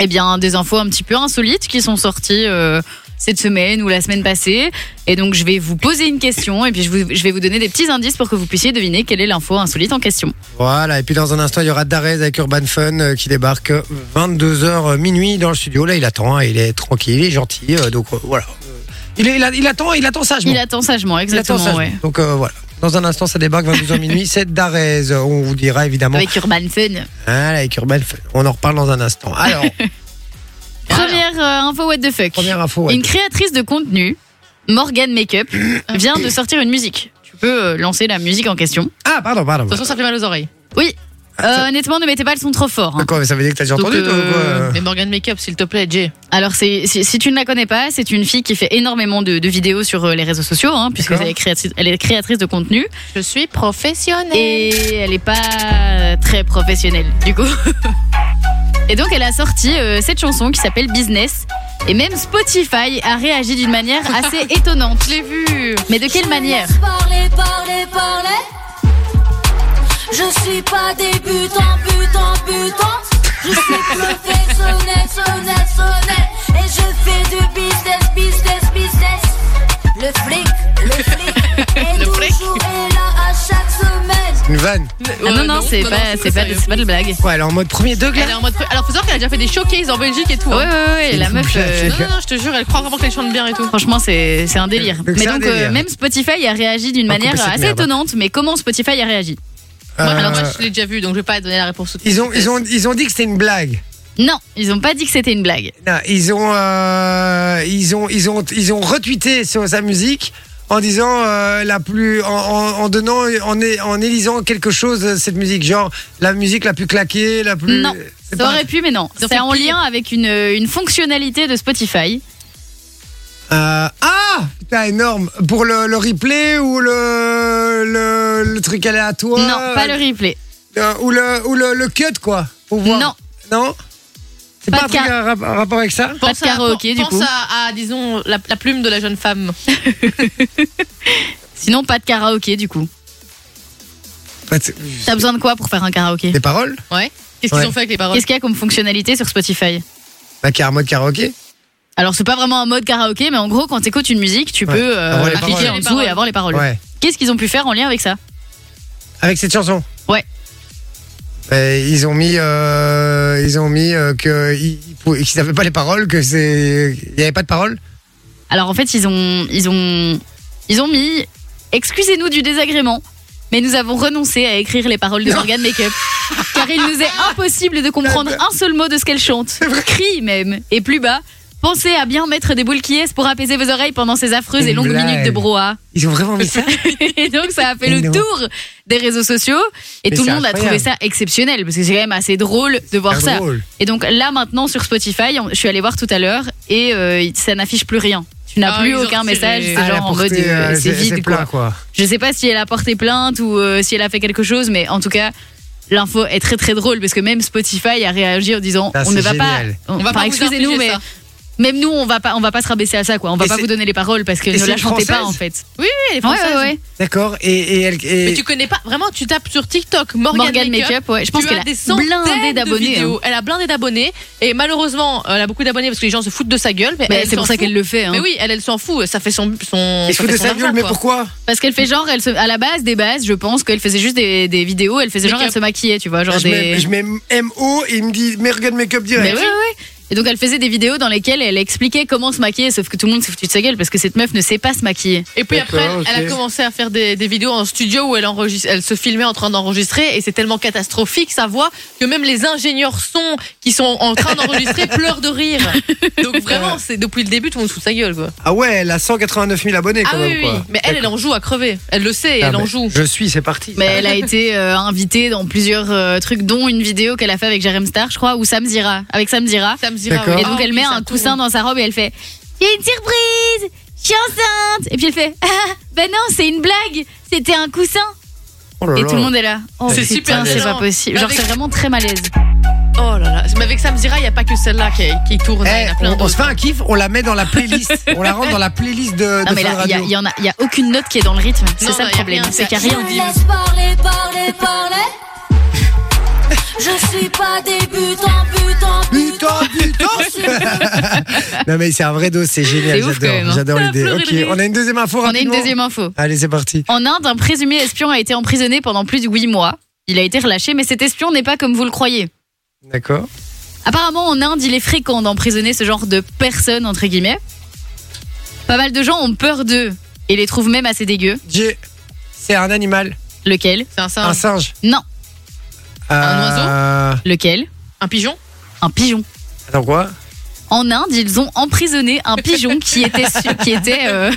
Speaker 4: Eh bien, des infos un petit peu insolites qui sont sorties euh, cette semaine ou la semaine passée. Et donc, je vais vous poser une question et puis je, vous- je vais vous donner des petits indices pour que vous puissiez deviner quelle est l'info insolite en question.
Speaker 3: Voilà, et puis dans un instant il y aura Darez avec Urban Fun euh, qui débarque 22h minuit dans le studio. Là il attend, hein, il est tranquille, il est gentil, euh, donc euh, voilà. Euh, Il, est- il a- il attend, il attend sagement.
Speaker 4: Il attend sagement,
Speaker 3: Il attend
Speaker 4: exactement.
Speaker 3: sagement.
Speaker 4: ouais.
Speaker 3: Donc euh, voilà. Dans un instant, ça débarque 22h minuit. C'est Darez. On vous dira évidemment
Speaker 4: Avec Urban Fun.
Speaker 3: Ah, Voilà, avec Urban Fun. On en reparle dans un instant. Alors,
Speaker 4: Première euh, info what the fuck.
Speaker 3: Première info. ouais.
Speaker 4: Une créatrice de contenu, Morgan Makeup, vient de sortir une musique. Tu peux euh, lancer la musique en question.
Speaker 3: Ah, pardon, pardon.
Speaker 7: Attention, ça fait mal aux oreilles.
Speaker 4: Oui. Euh,
Speaker 3: ça-
Speaker 4: honnêtement, ne mettez pas le son trop fort. hein.
Speaker 3: D'accord, mais ça veut dire que t'as déjà entendu,
Speaker 7: Donc,
Speaker 3: toi, ou quoi
Speaker 7: euh, mais Morgan Makeup, s'il te plaît, Jay.
Speaker 4: Alors, c'est, si, si tu ne la connais pas, c'est une fille qui fait énormément de, de vidéos sur euh, les réseaux sociaux, hein, puisque
Speaker 3: D'accord.
Speaker 4: elle est, créatrice, elle est créatrice de contenu.
Speaker 7: Je suis professionnelle.
Speaker 4: Et elle n'est pas très professionnelle, du coup. Et donc, elle a sorti euh, cette chanson qui s'appelle Business. Et même Spotify a réagi d'une manière assez étonnante. Je l'ai vu. Mais de quelle manière
Speaker 9: Parler, parler, parler. Je suis pas débutant, butant, butant. Je suis professionnel, sonnel, sonnel. Et je fais du business, business, business. Le flic, le flic. Et toujours est là à chaque semaine.
Speaker 3: Une vanne.
Speaker 4: Ah non, non, c'est pas, c'est pas, c'est pas de blague.
Speaker 3: Ouais, elle est en mode premier degré.
Speaker 7: Elle est en mode. Alors, faut savoir qu'elle a déjà fait des showcases en Belgique et tout.
Speaker 4: Ouais, ouais,
Speaker 7: hein.
Speaker 4: ouais, la meuf. euh,
Speaker 7: Non, non, non, je te jure, elle croit vraiment qu'elle chante bien et tout.
Speaker 4: Franchement, c'est c'est un délire.
Speaker 3: Donc, c'est
Speaker 4: mais
Speaker 3: un
Speaker 4: donc,
Speaker 3: délire.
Speaker 4: euh, même Spotify a réagi d'une
Speaker 3: On va
Speaker 4: manière
Speaker 3: couper cette
Speaker 4: assez
Speaker 3: merde.
Speaker 4: étonnante. Mais comment Spotify a réagi
Speaker 7: Moi,
Speaker 3: Euh,
Speaker 7: alors, moi, je l'ai déjà vu, donc je vais pas donner la réponse tout de
Speaker 3: ils, ont,
Speaker 7: suite.
Speaker 3: ils, ont, ils ont dit que c'était une blague.
Speaker 4: Non, ils ont pas dit que c'était une blague.
Speaker 3: Non, ils, ont, euh, ils, ont, ils, ont, ils ont retweeté sur sa musique en disant euh, la plus. En, en, en donnant. En, é- en élisant quelque chose de cette musique. Genre la musique la plus claquée, la plus.
Speaker 4: Non,
Speaker 3: C'est
Speaker 4: Ça
Speaker 3: pas-
Speaker 4: aurait pu, mais non.
Speaker 7: ont
Speaker 4: C'est
Speaker 7: fait
Speaker 4: en
Speaker 7: pire.
Speaker 4: lien avec une, euh, une fonctionnalité de Spotify.
Speaker 3: Euh, ah Putain, énorme. Pour le, le replay ou le, le, le truc aléatoire
Speaker 4: non, pas le replay.
Speaker 3: Euh, ou le, ou le, le cut, quoi. Pour voir.
Speaker 4: Non,
Speaker 3: Non C'est
Speaker 4: Pas
Speaker 3: pas, un
Speaker 4: de
Speaker 3: truc
Speaker 4: car-
Speaker 3: à rap- à rapport avec ça
Speaker 4: pas de karaoké, du
Speaker 7: pense
Speaker 4: coup.
Speaker 7: à, à, disons, la, la plume de la jeune femme.
Speaker 4: Sinon, pas de karaoké, du coup.
Speaker 3: Pas de-
Speaker 4: T'as besoin de quoi pour faire un karaoké
Speaker 3: Des paroles
Speaker 7: Ouais. Qu'est-ce qu'ils
Speaker 3: Ouais.
Speaker 7: ont fait avec les paroles
Speaker 4: Qu'est-ce qu'il y a comme fonctionnalité sur Spotify
Speaker 3: Bah, car- en mode karaoké
Speaker 4: Alors, c'est pas vraiment un mode karaoké, mais en gros, quand t'écoutes une musique, tu
Speaker 3: Ouais,
Speaker 4: peux euh,
Speaker 3: avoir les
Speaker 4: cliquer
Speaker 3: paroles.
Speaker 4: en
Speaker 7: Les
Speaker 4: dessous et
Speaker 7: paroles.
Speaker 4: avoir les paroles.
Speaker 3: Ouais.
Speaker 4: Qu'est-ce qu'ils ont pu faire en lien avec ça
Speaker 3: Avec cette chanson
Speaker 4: Ouais.
Speaker 3: Euh, ils ont mis, euh, ils ont mis euh, que ils- ils pou- qu'ils n'avaient pas les paroles, que c'est, il n'y avait pas de paroles.
Speaker 4: Alors en fait, ils ont, ils ont, ils ont mis Excusez-nous du désagrément, mais nous avons renoncé à écrire les paroles de Morgan Makeup. Car il nous est impossible de comprendre un seul mot de ce qu'elle chante. Crie même. Et plus bas, pensez à bien mettre des boules qui est pour apaiser vos oreilles pendant ces affreuses et
Speaker 3: Une
Speaker 4: longues
Speaker 3: blague.
Speaker 4: minutes de brouhaha.
Speaker 3: Ils ont vraiment mis ça.
Speaker 4: et donc ça a fait
Speaker 3: Et
Speaker 4: le
Speaker 3: non.
Speaker 4: tour des réseaux sociaux. Et
Speaker 3: Mais
Speaker 4: tout
Speaker 3: c'est
Speaker 4: le monde a trouvé
Speaker 3: incroyable. Ah
Speaker 4: ça exceptionnel. Parce que c'est quand même assez drôle de voir
Speaker 3: C'est
Speaker 4: ça.
Speaker 3: drôle.
Speaker 4: Et donc là maintenant sur Spotify, on- je suis allée voir tout à l'heure et euh, ça n'affiche plus rien. Tu n'as
Speaker 7: Ah,
Speaker 4: plus
Speaker 7: ils ont
Speaker 4: aucun
Speaker 7: retiré.
Speaker 4: message, c'est
Speaker 3: Ah, la
Speaker 4: genre en mode
Speaker 3: portée,
Speaker 4: euh,
Speaker 3: euh,
Speaker 4: c'est vide
Speaker 3: plein,
Speaker 4: quoi.
Speaker 3: quoi.
Speaker 4: Je sais pas si elle a porté plainte ou euh, si elle a fait quelque chose, mais en tout cas l'info est très très drôle parce que même Spotify a réagi en disant
Speaker 3: Ça,
Speaker 4: on ne
Speaker 3: Ah, c'est
Speaker 4: va
Speaker 3: génial.
Speaker 4: pas, on,
Speaker 7: On va
Speaker 4: enfin,
Speaker 7: pas vous
Speaker 4: excusez-nous
Speaker 7: infliger
Speaker 4: mais
Speaker 7: ça.
Speaker 4: même nous on va pas on va pas se rabaisser à ça quoi. On va
Speaker 3: Et
Speaker 4: pas
Speaker 3: c'est-
Speaker 4: vous donner les paroles parce que
Speaker 3: Et
Speaker 4: ne
Speaker 3: c'est
Speaker 4: la
Speaker 3: une
Speaker 4: chantez pas
Speaker 3: Française
Speaker 4: en fait.
Speaker 7: Oui, oui, elle est
Speaker 4: Ouais ouais
Speaker 7: française.
Speaker 4: ouais.
Speaker 3: D'accord. Et, et elle. et-
Speaker 7: Mais tu connais pas vraiment, tu tapes sur TikTok Morgan,
Speaker 4: Morgan
Speaker 7: Makeup.
Speaker 4: Makeup, ouais. Je pense
Speaker 7: tu
Speaker 4: qu'elle
Speaker 7: as des
Speaker 4: a
Speaker 7: centaines
Speaker 4: blindé
Speaker 7: de
Speaker 4: d'abonnés. hein.
Speaker 7: vidéos. Elle a blindé d'abonnés et malheureusement, euh, elle a beaucoup d'abonnés parce que les gens se foutent de sa gueule. Mais,
Speaker 4: Mais
Speaker 7: elle
Speaker 4: C'est pour
Speaker 7: s'en
Speaker 4: ça
Speaker 7: fout.
Speaker 4: qu'elle le fait. hein.
Speaker 7: Mais oui, elle, elle s'en fout. Ça fait son. son
Speaker 3: Il se
Speaker 7: ça
Speaker 3: fout
Speaker 7: fait
Speaker 3: de
Speaker 7: son
Speaker 3: sa
Speaker 7: argent,
Speaker 3: gueule, mais
Speaker 7: quoi.
Speaker 3: pourquoi
Speaker 4: Parce qu'elle fait genre, elle se, à la base des bases, je pense qu'elle faisait juste des, des vidéos, elle faisait genre,
Speaker 7: Make-up.
Speaker 4: elle se maquillait, tu vois, genre
Speaker 3: Bah, je,
Speaker 4: des.
Speaker 3: mets, je mets MO et il me dit Morgan Makeup
Speaker 4: Mais
Speaker 3: direct.
Speaker 4: ouais, ouais, ouais. Et donc elle faisait des vidéos dans lesquelles elle expliquait comment se maquiller, sauf que tout le monde s'est foutu de sa gueule parce que cette meuf ne sait pas se maquiller.
Speaker 7: Et puis après,
Speaker 3: D'accord, ok.
Speaker 7: elle a commencé à faire des, des vidéos en studio où elle, enregistre, elle se filmait en train d'enregistrer et c'est tellement catastrophique sa voix que même les ingénieurs son qui sont en train d'enregistrer pleurent de rire. Donc vraiment, c'est depuis le début, tout le monde se fout de sa gueule. Quoi.
Speaker 3: Ah ouais, elle a 189 000 abonnés quand
Speaker 7: Ah
Speaker 3: même.
Speaker 7: oui, oui,
Speaker 3: quoi.
Speaker 7: mais elle, elle en joue à crever. Elle le sait, et
Speaker 3: Ah,
Speaker 7: elle en
Speaker 3: mais
Speaker 7: joue.
Speaker 3: Je suis, c'est parti.
Speaker 4: Mais elle a été euh, invitée dans plusieurs euh, trucs, dont une vidéo qu'elle a fait avec Jerem Star, je crois, ou Sam Zira, avec Sam Zira.
Speaker 7: Ça me dira,
Speaker 3: D'accord.
Speaker 7: oui.
Speaker 4: Et donc
Speaker 7: Ah,
Speaker 4: elle
Speaker 7: oui,
Speaker 4: met
Speaker 7: ça
Speaker 4: un
Speaker 7: tourne.
Speaker 4: coussin dans sa robe et elle fait Il y a une surprise Je suis enceinte Et puis elle fait Ah, Ben non, c'est une blague C'était un coussin
Speaker 3: Oh là
Speaker 4: Et
Speaker 3: là.
Speaker 4: tout le monde est là. Oh,
Speaker 7: C'est
Speaker 4: putain,
Speaker 7: super
Speaker 4: c'est pas
Speaker 7: gênant.
Speaker 4: possible. Genre,
Speaker 7: Avec-
Speaker 4: c'est vraiment très malaise.
Speaker 7: Oh là là, mais avec Sam Zira, il n'y a pas que celle-là qui, qui tourne. il y
Speaker 3: Eh,
Speaker 7: en a plein
Speaker 3: on, on se
Speaker 7: d'autres.
Speaker 3: fait un kiff, on la met dans la playlist, on la rentre dans la playlist de, de
Speaker 4: Non, mais
Speaker 3: Fun
Speaker 4: là, il y, a-
Speaker 3: Radio.
Speaker 4: il y en a, il y a aucune note qui est dans le rythme. C'est
Speaker 7: Non,
Speaker 4: ça
Speaker 7: non,
Speaker 4: le
Speaker 7: il y a
Speaker 4: problème.
Speaker 7: rien,
Speaker 4: C'est qu'il y a
Speaker 7: il y a
Speaker 4: rien.
Speaker 9: Je laisse parler, parler, parler. Je suis pas débutant, butant,
Speaker 3: Putain, putain Non mais c'est un vrai dos, c'est génial,
Speaker 4: C'est ouf, quand même,
Speaker 3: j'adore,
Speaker 4: hein.
Speaker 3: j'adore l'idée.
Speaker 7: Pleurer de
Speaker 3: Ok,
Speaker 7: rire.
Speaker 3: on a une deuxième info
Speaker 4: On a une
Speaker 3: rapidement
Speaker 4: deuxième info.
Speaker 3: Allez, c'est parti.
Speaker 4: En Inde, un présumé espion a été emprisonné pendant plus de 8 mois. Il a été relâché, mais cet espion n'est pas comme vous le croyez.
Speaker 3: D'accord.
Speaker 4: Apparemment, en Inde, il est fréquent d'emprisonner ce genre de personnes, entre guillemets. Pas mal de gens ont peur d'eux et les trouvent même assez dégueux.
Speaker 3: J'ai- C'est un animal,
Speaker 4: Lequel
Speaker 7: C'est un
Speaker 3: un
Speaker 7: singe.
Speaker 3: singe. Euh,
Speaker 4: Non.
Speaker 3: Un oiseau
Speaker 4: Lequel
Speaker 7: Un pigeon
Speaker 4: Un pigeon.
Speaker 3: Attends quoi
Speaker 4: En Inde, ils ont emprisonné un pigeon qui était, su- qui était, euh,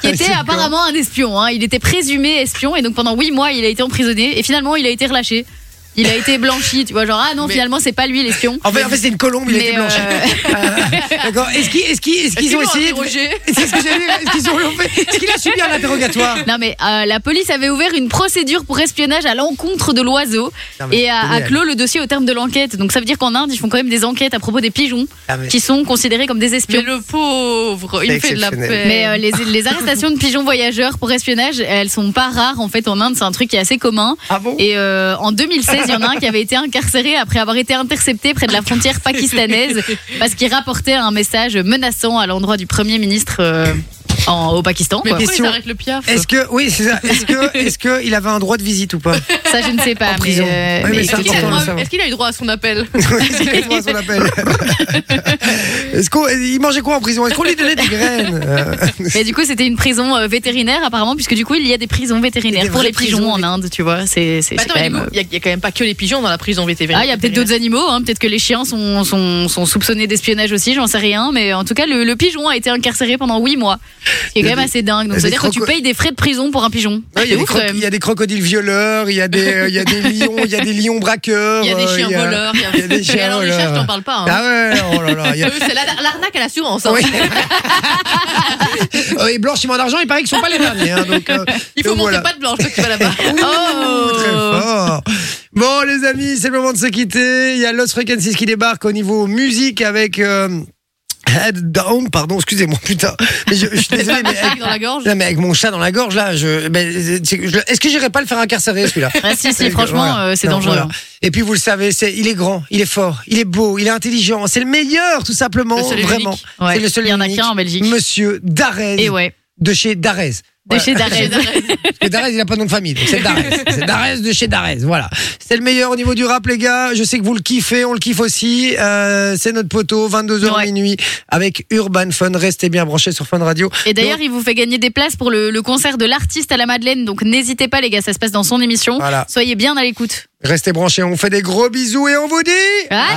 Speaker 4: qui
Speaker 3: Ah,
Speaker 4: était apparemment un espion. hein. Il était présumé espion et donc pendant huit mois, il a été emprisonné et finalement, il a été relâché. Il a été blanchi, tu vois, genre ah non,
Speaker 7: Mais-
Speaker 4: finalement, c'est pas lui l'espion.
Speaker 3: En fait, en fait, c'est une colombe, il a
Speaker 4: Mais,
Speaker 3: été blanchi.
Speaker 4: euh,
Speaker 3: D'accord. Est-ce qu'ils est
Speaker 7: Est-ce qu'ils
Speaker 3: ont
Speaker 7: l'ont
Speaker 3: essayé de-
Speaker 7: interrogé
Speaker 3: C'est ce que j'allais dire. Est-ce qu'ils ont fait Est-ce qu'il a subi un interrogatoire
Speaker 4: Non mais euh, la police avait ouvert une procédure pour espionnage à l'encontre de l'oiseau
Speaker 3: Non, mais
Speaker 4: et a, a
Speaker 3: génial.
Speaker 4: clos le dossier au terme de l'enquête. Donc ça veut dire qu'en Inde, ils font quand même des enquêtes à propos des pigeons
Speaker 3: Ah, mais-
Speaker 4: qui sont considérés comme des
Speaker 7: Mais
Speaker 4: espions.
Speaker 7: le pauvre, il
Speaker 3: C'est
Speaker 7: me fait de la
Speaker 3: exceptionnel.
Speaker 7: peine.
Speaker 4: Mais euh, les, les arrestations de pigeons voyageurs pour espionnage, elles sont pas rares en fait en Inde, c'est un truc qui est assez commun.
Speaker 3: Ah bon
Speaker 4: Et euh, en 2016, il y en a un qui avait été incarcéré après avoir été intercepté près de la frontière pakistanaise parce qu'il rapportait un message menaçant à l'endroit du premier ministre euh, en- au Pakistan.
Speaker 7: Mais
Speaker 4: quoi.
Speaker 7: pourquoi
Speaker 3: Question-
Speaker 7: ils arrêtent le piaf
Speaker 3: Est-ce que oui, c'est ça. Est-ce que est-ce que il avait un droit de visite ou pas
Speaker 4: Ça, je ne sais pas.
Speaker 3: En
Speaker 4: mais,
Speaker 3: prison.
Speaker 4: euh,
Speaker 3: Oui, mais
Speaker 4: mais
Speaker 3: ça,
Speaker 7: Est-ce
Speaker 3: important
Speaker 7: qu'il a,
Speaker 3: de
Speaker 7: droit-
Speaker 3: savoir.
Speaker 7: est-ce qu'il a eu droit à son appel
Speaker 3: Excusez-moi son appel. Est-ce qu'on il mangeait quoi en prison Est-ce qu'on lui donnait des graines Euh,
Speaker 4: Mais du coup, c'était une prison euh, vétérinaire apparemment, puisque du coup, il y a des prisons vétérinaires
Speaker 3: Des
Speaker 4: pour
Speaker 3: vraies
Speaker 4: les pigeons
Speaker 3: prisons
Speaker 4: en Inde, tu vois. C'est c'est
Speaker 7: Bah
Speaker 4: c'est
Speaker 7: Attends,
Speaker 4: quand
Speaker 7: mais du
Speaker 4: même,
Speaker 7: coup, il y, a- il y a quand même pas que les pigeons dans la prison vétérinaire.
Speaker 4: Ah, il y a peut-être d'autres animaux, hein. peut-être que les chiens sont, sont, sont soupçonnés d'espionnage aussi, j'en sais rien, mais en tout cas, le, le pigeon a été incarcéré pendant 8 mois, ce qui est
Speaker 3: Il y a
Speaker 4: quand même
Speaker 3: des-
Speaker 4: assez dingue. Donc,
Speaker 3: il y a
Speaker 4: ça
Speaker 3: des
Speaker 4: veut dire que tu
Speaker 3: croco-
Speaker 4: payes des frais de prison pour un pigeon.
Speaker 3: ouais, Il y, a
Speaker 4: C'est
Speaker 3: des
Speaker 4: ouf, euh,
Speaker 3: croc-
Speaker 4: quand même.
Speaker 3: il y a des crocodiles violeurs, il y a des euh, il y a des lions, il y a des lions braqueurs,
Speaker 7: Il y a des
Speaker 3: euh,
Speaker 7: chiens voleurs. il y a-
Speaker 3: il y a des
Speaker 7: Mais
Speaker 3: chiens
Speaker 7: alors,
Speaker 3: voleurs.
Speaker 7: Richard, je t'en parle pas. hein.
Speaker 3: Ah ouais, oh là là, il y a
Speaker 7: Eux, C'est la- l'arnaque à l'assurance. hein.
Speaker 3: Oui. Euh, et blanchiment d'argent, il paraît qu'ils sont pas les derniers. hein, donc, euh,
Speaker 7: Il faut
Speaker 3: donc
Speaker 7: monter
Speaker 3: voilà.
Speaker 7: pas de Oh. blanche quand tu vas là-bas.
Speaker 3: Ouh, Très fort. Bon, les amis, c'est le moment de se quitter. Il y a Lost Frequencies qui débarque au niveau musique avec. euh, Head Down, pardon, excusez-moi, putain. Mais je, je suis désolé, mais.
Speaker 7: Avec dans la gorge.
Speaker 3: Non, mais avec mon chat dans la gorge, là, je. ben, c'est- je- Est-ce que j'irais pas le faire incarcérer, celui-là
Speaker 4: Ah, si, si,
Speaker 3: Parce que,
Speaker 4: franchement,
Speaker 3: voilà.
Speaker 4: euh, c'est
Speaker 3: Non,
Speaker 4: dangereux.
Speaker 3: voilà.
Speaker 4: hein.
Speaker 3: Et puis, vous le savez, c'est, il est grand, il est fort, il est beau, il est intelligent, c'est le meilleur, tout simplement,
Speaker 7: Le
Speaker 4: hein.
Speaker 7: seul et
Speaker 3: vraiment.
Speaker 7: unique.
Speaker 4: Ouais.
Speaker 3: C'est le seul
Speaker 4: Il y en a
Speaker 3: unique.
Speaker 4: qu'un en Belgique.
Speaker 3: Monsieur Darès,
Speaker 4: Et ouais,
Speaker 3: de chez Darès.
Speaker 4: de chez Darès.
Speaker 3: Et Darès, il a pas de nom de famille, donc c'est Darès. C'est Darès de chez Darès, voilà. C'est le meilleur au niveau du rap, les gars. Je sais que vous le kiffez, on le kiffe aussi. Euh, c'est notre poteau, 22h
Speaker 4: Ouais.
Speaker 3: minuit, avec Urban Fun. Restez bien branchés sur Fun Radio.
Speaker 4: Et d'ailleurs, il vous fait gagner des places pour le, le concert de l'artiste à la Madeleine, donc n'hésitez pas, les
Speaker 3: Ah.
Speaker 4: gars, ça se passe dans son émission.
Speaker 3: Voilà.
Speaker 4: Soyez bien à l'écoute.
Speaker 3: Restez branchés, on vous fait des gros bisous et on vous dit...
Speaker 4: À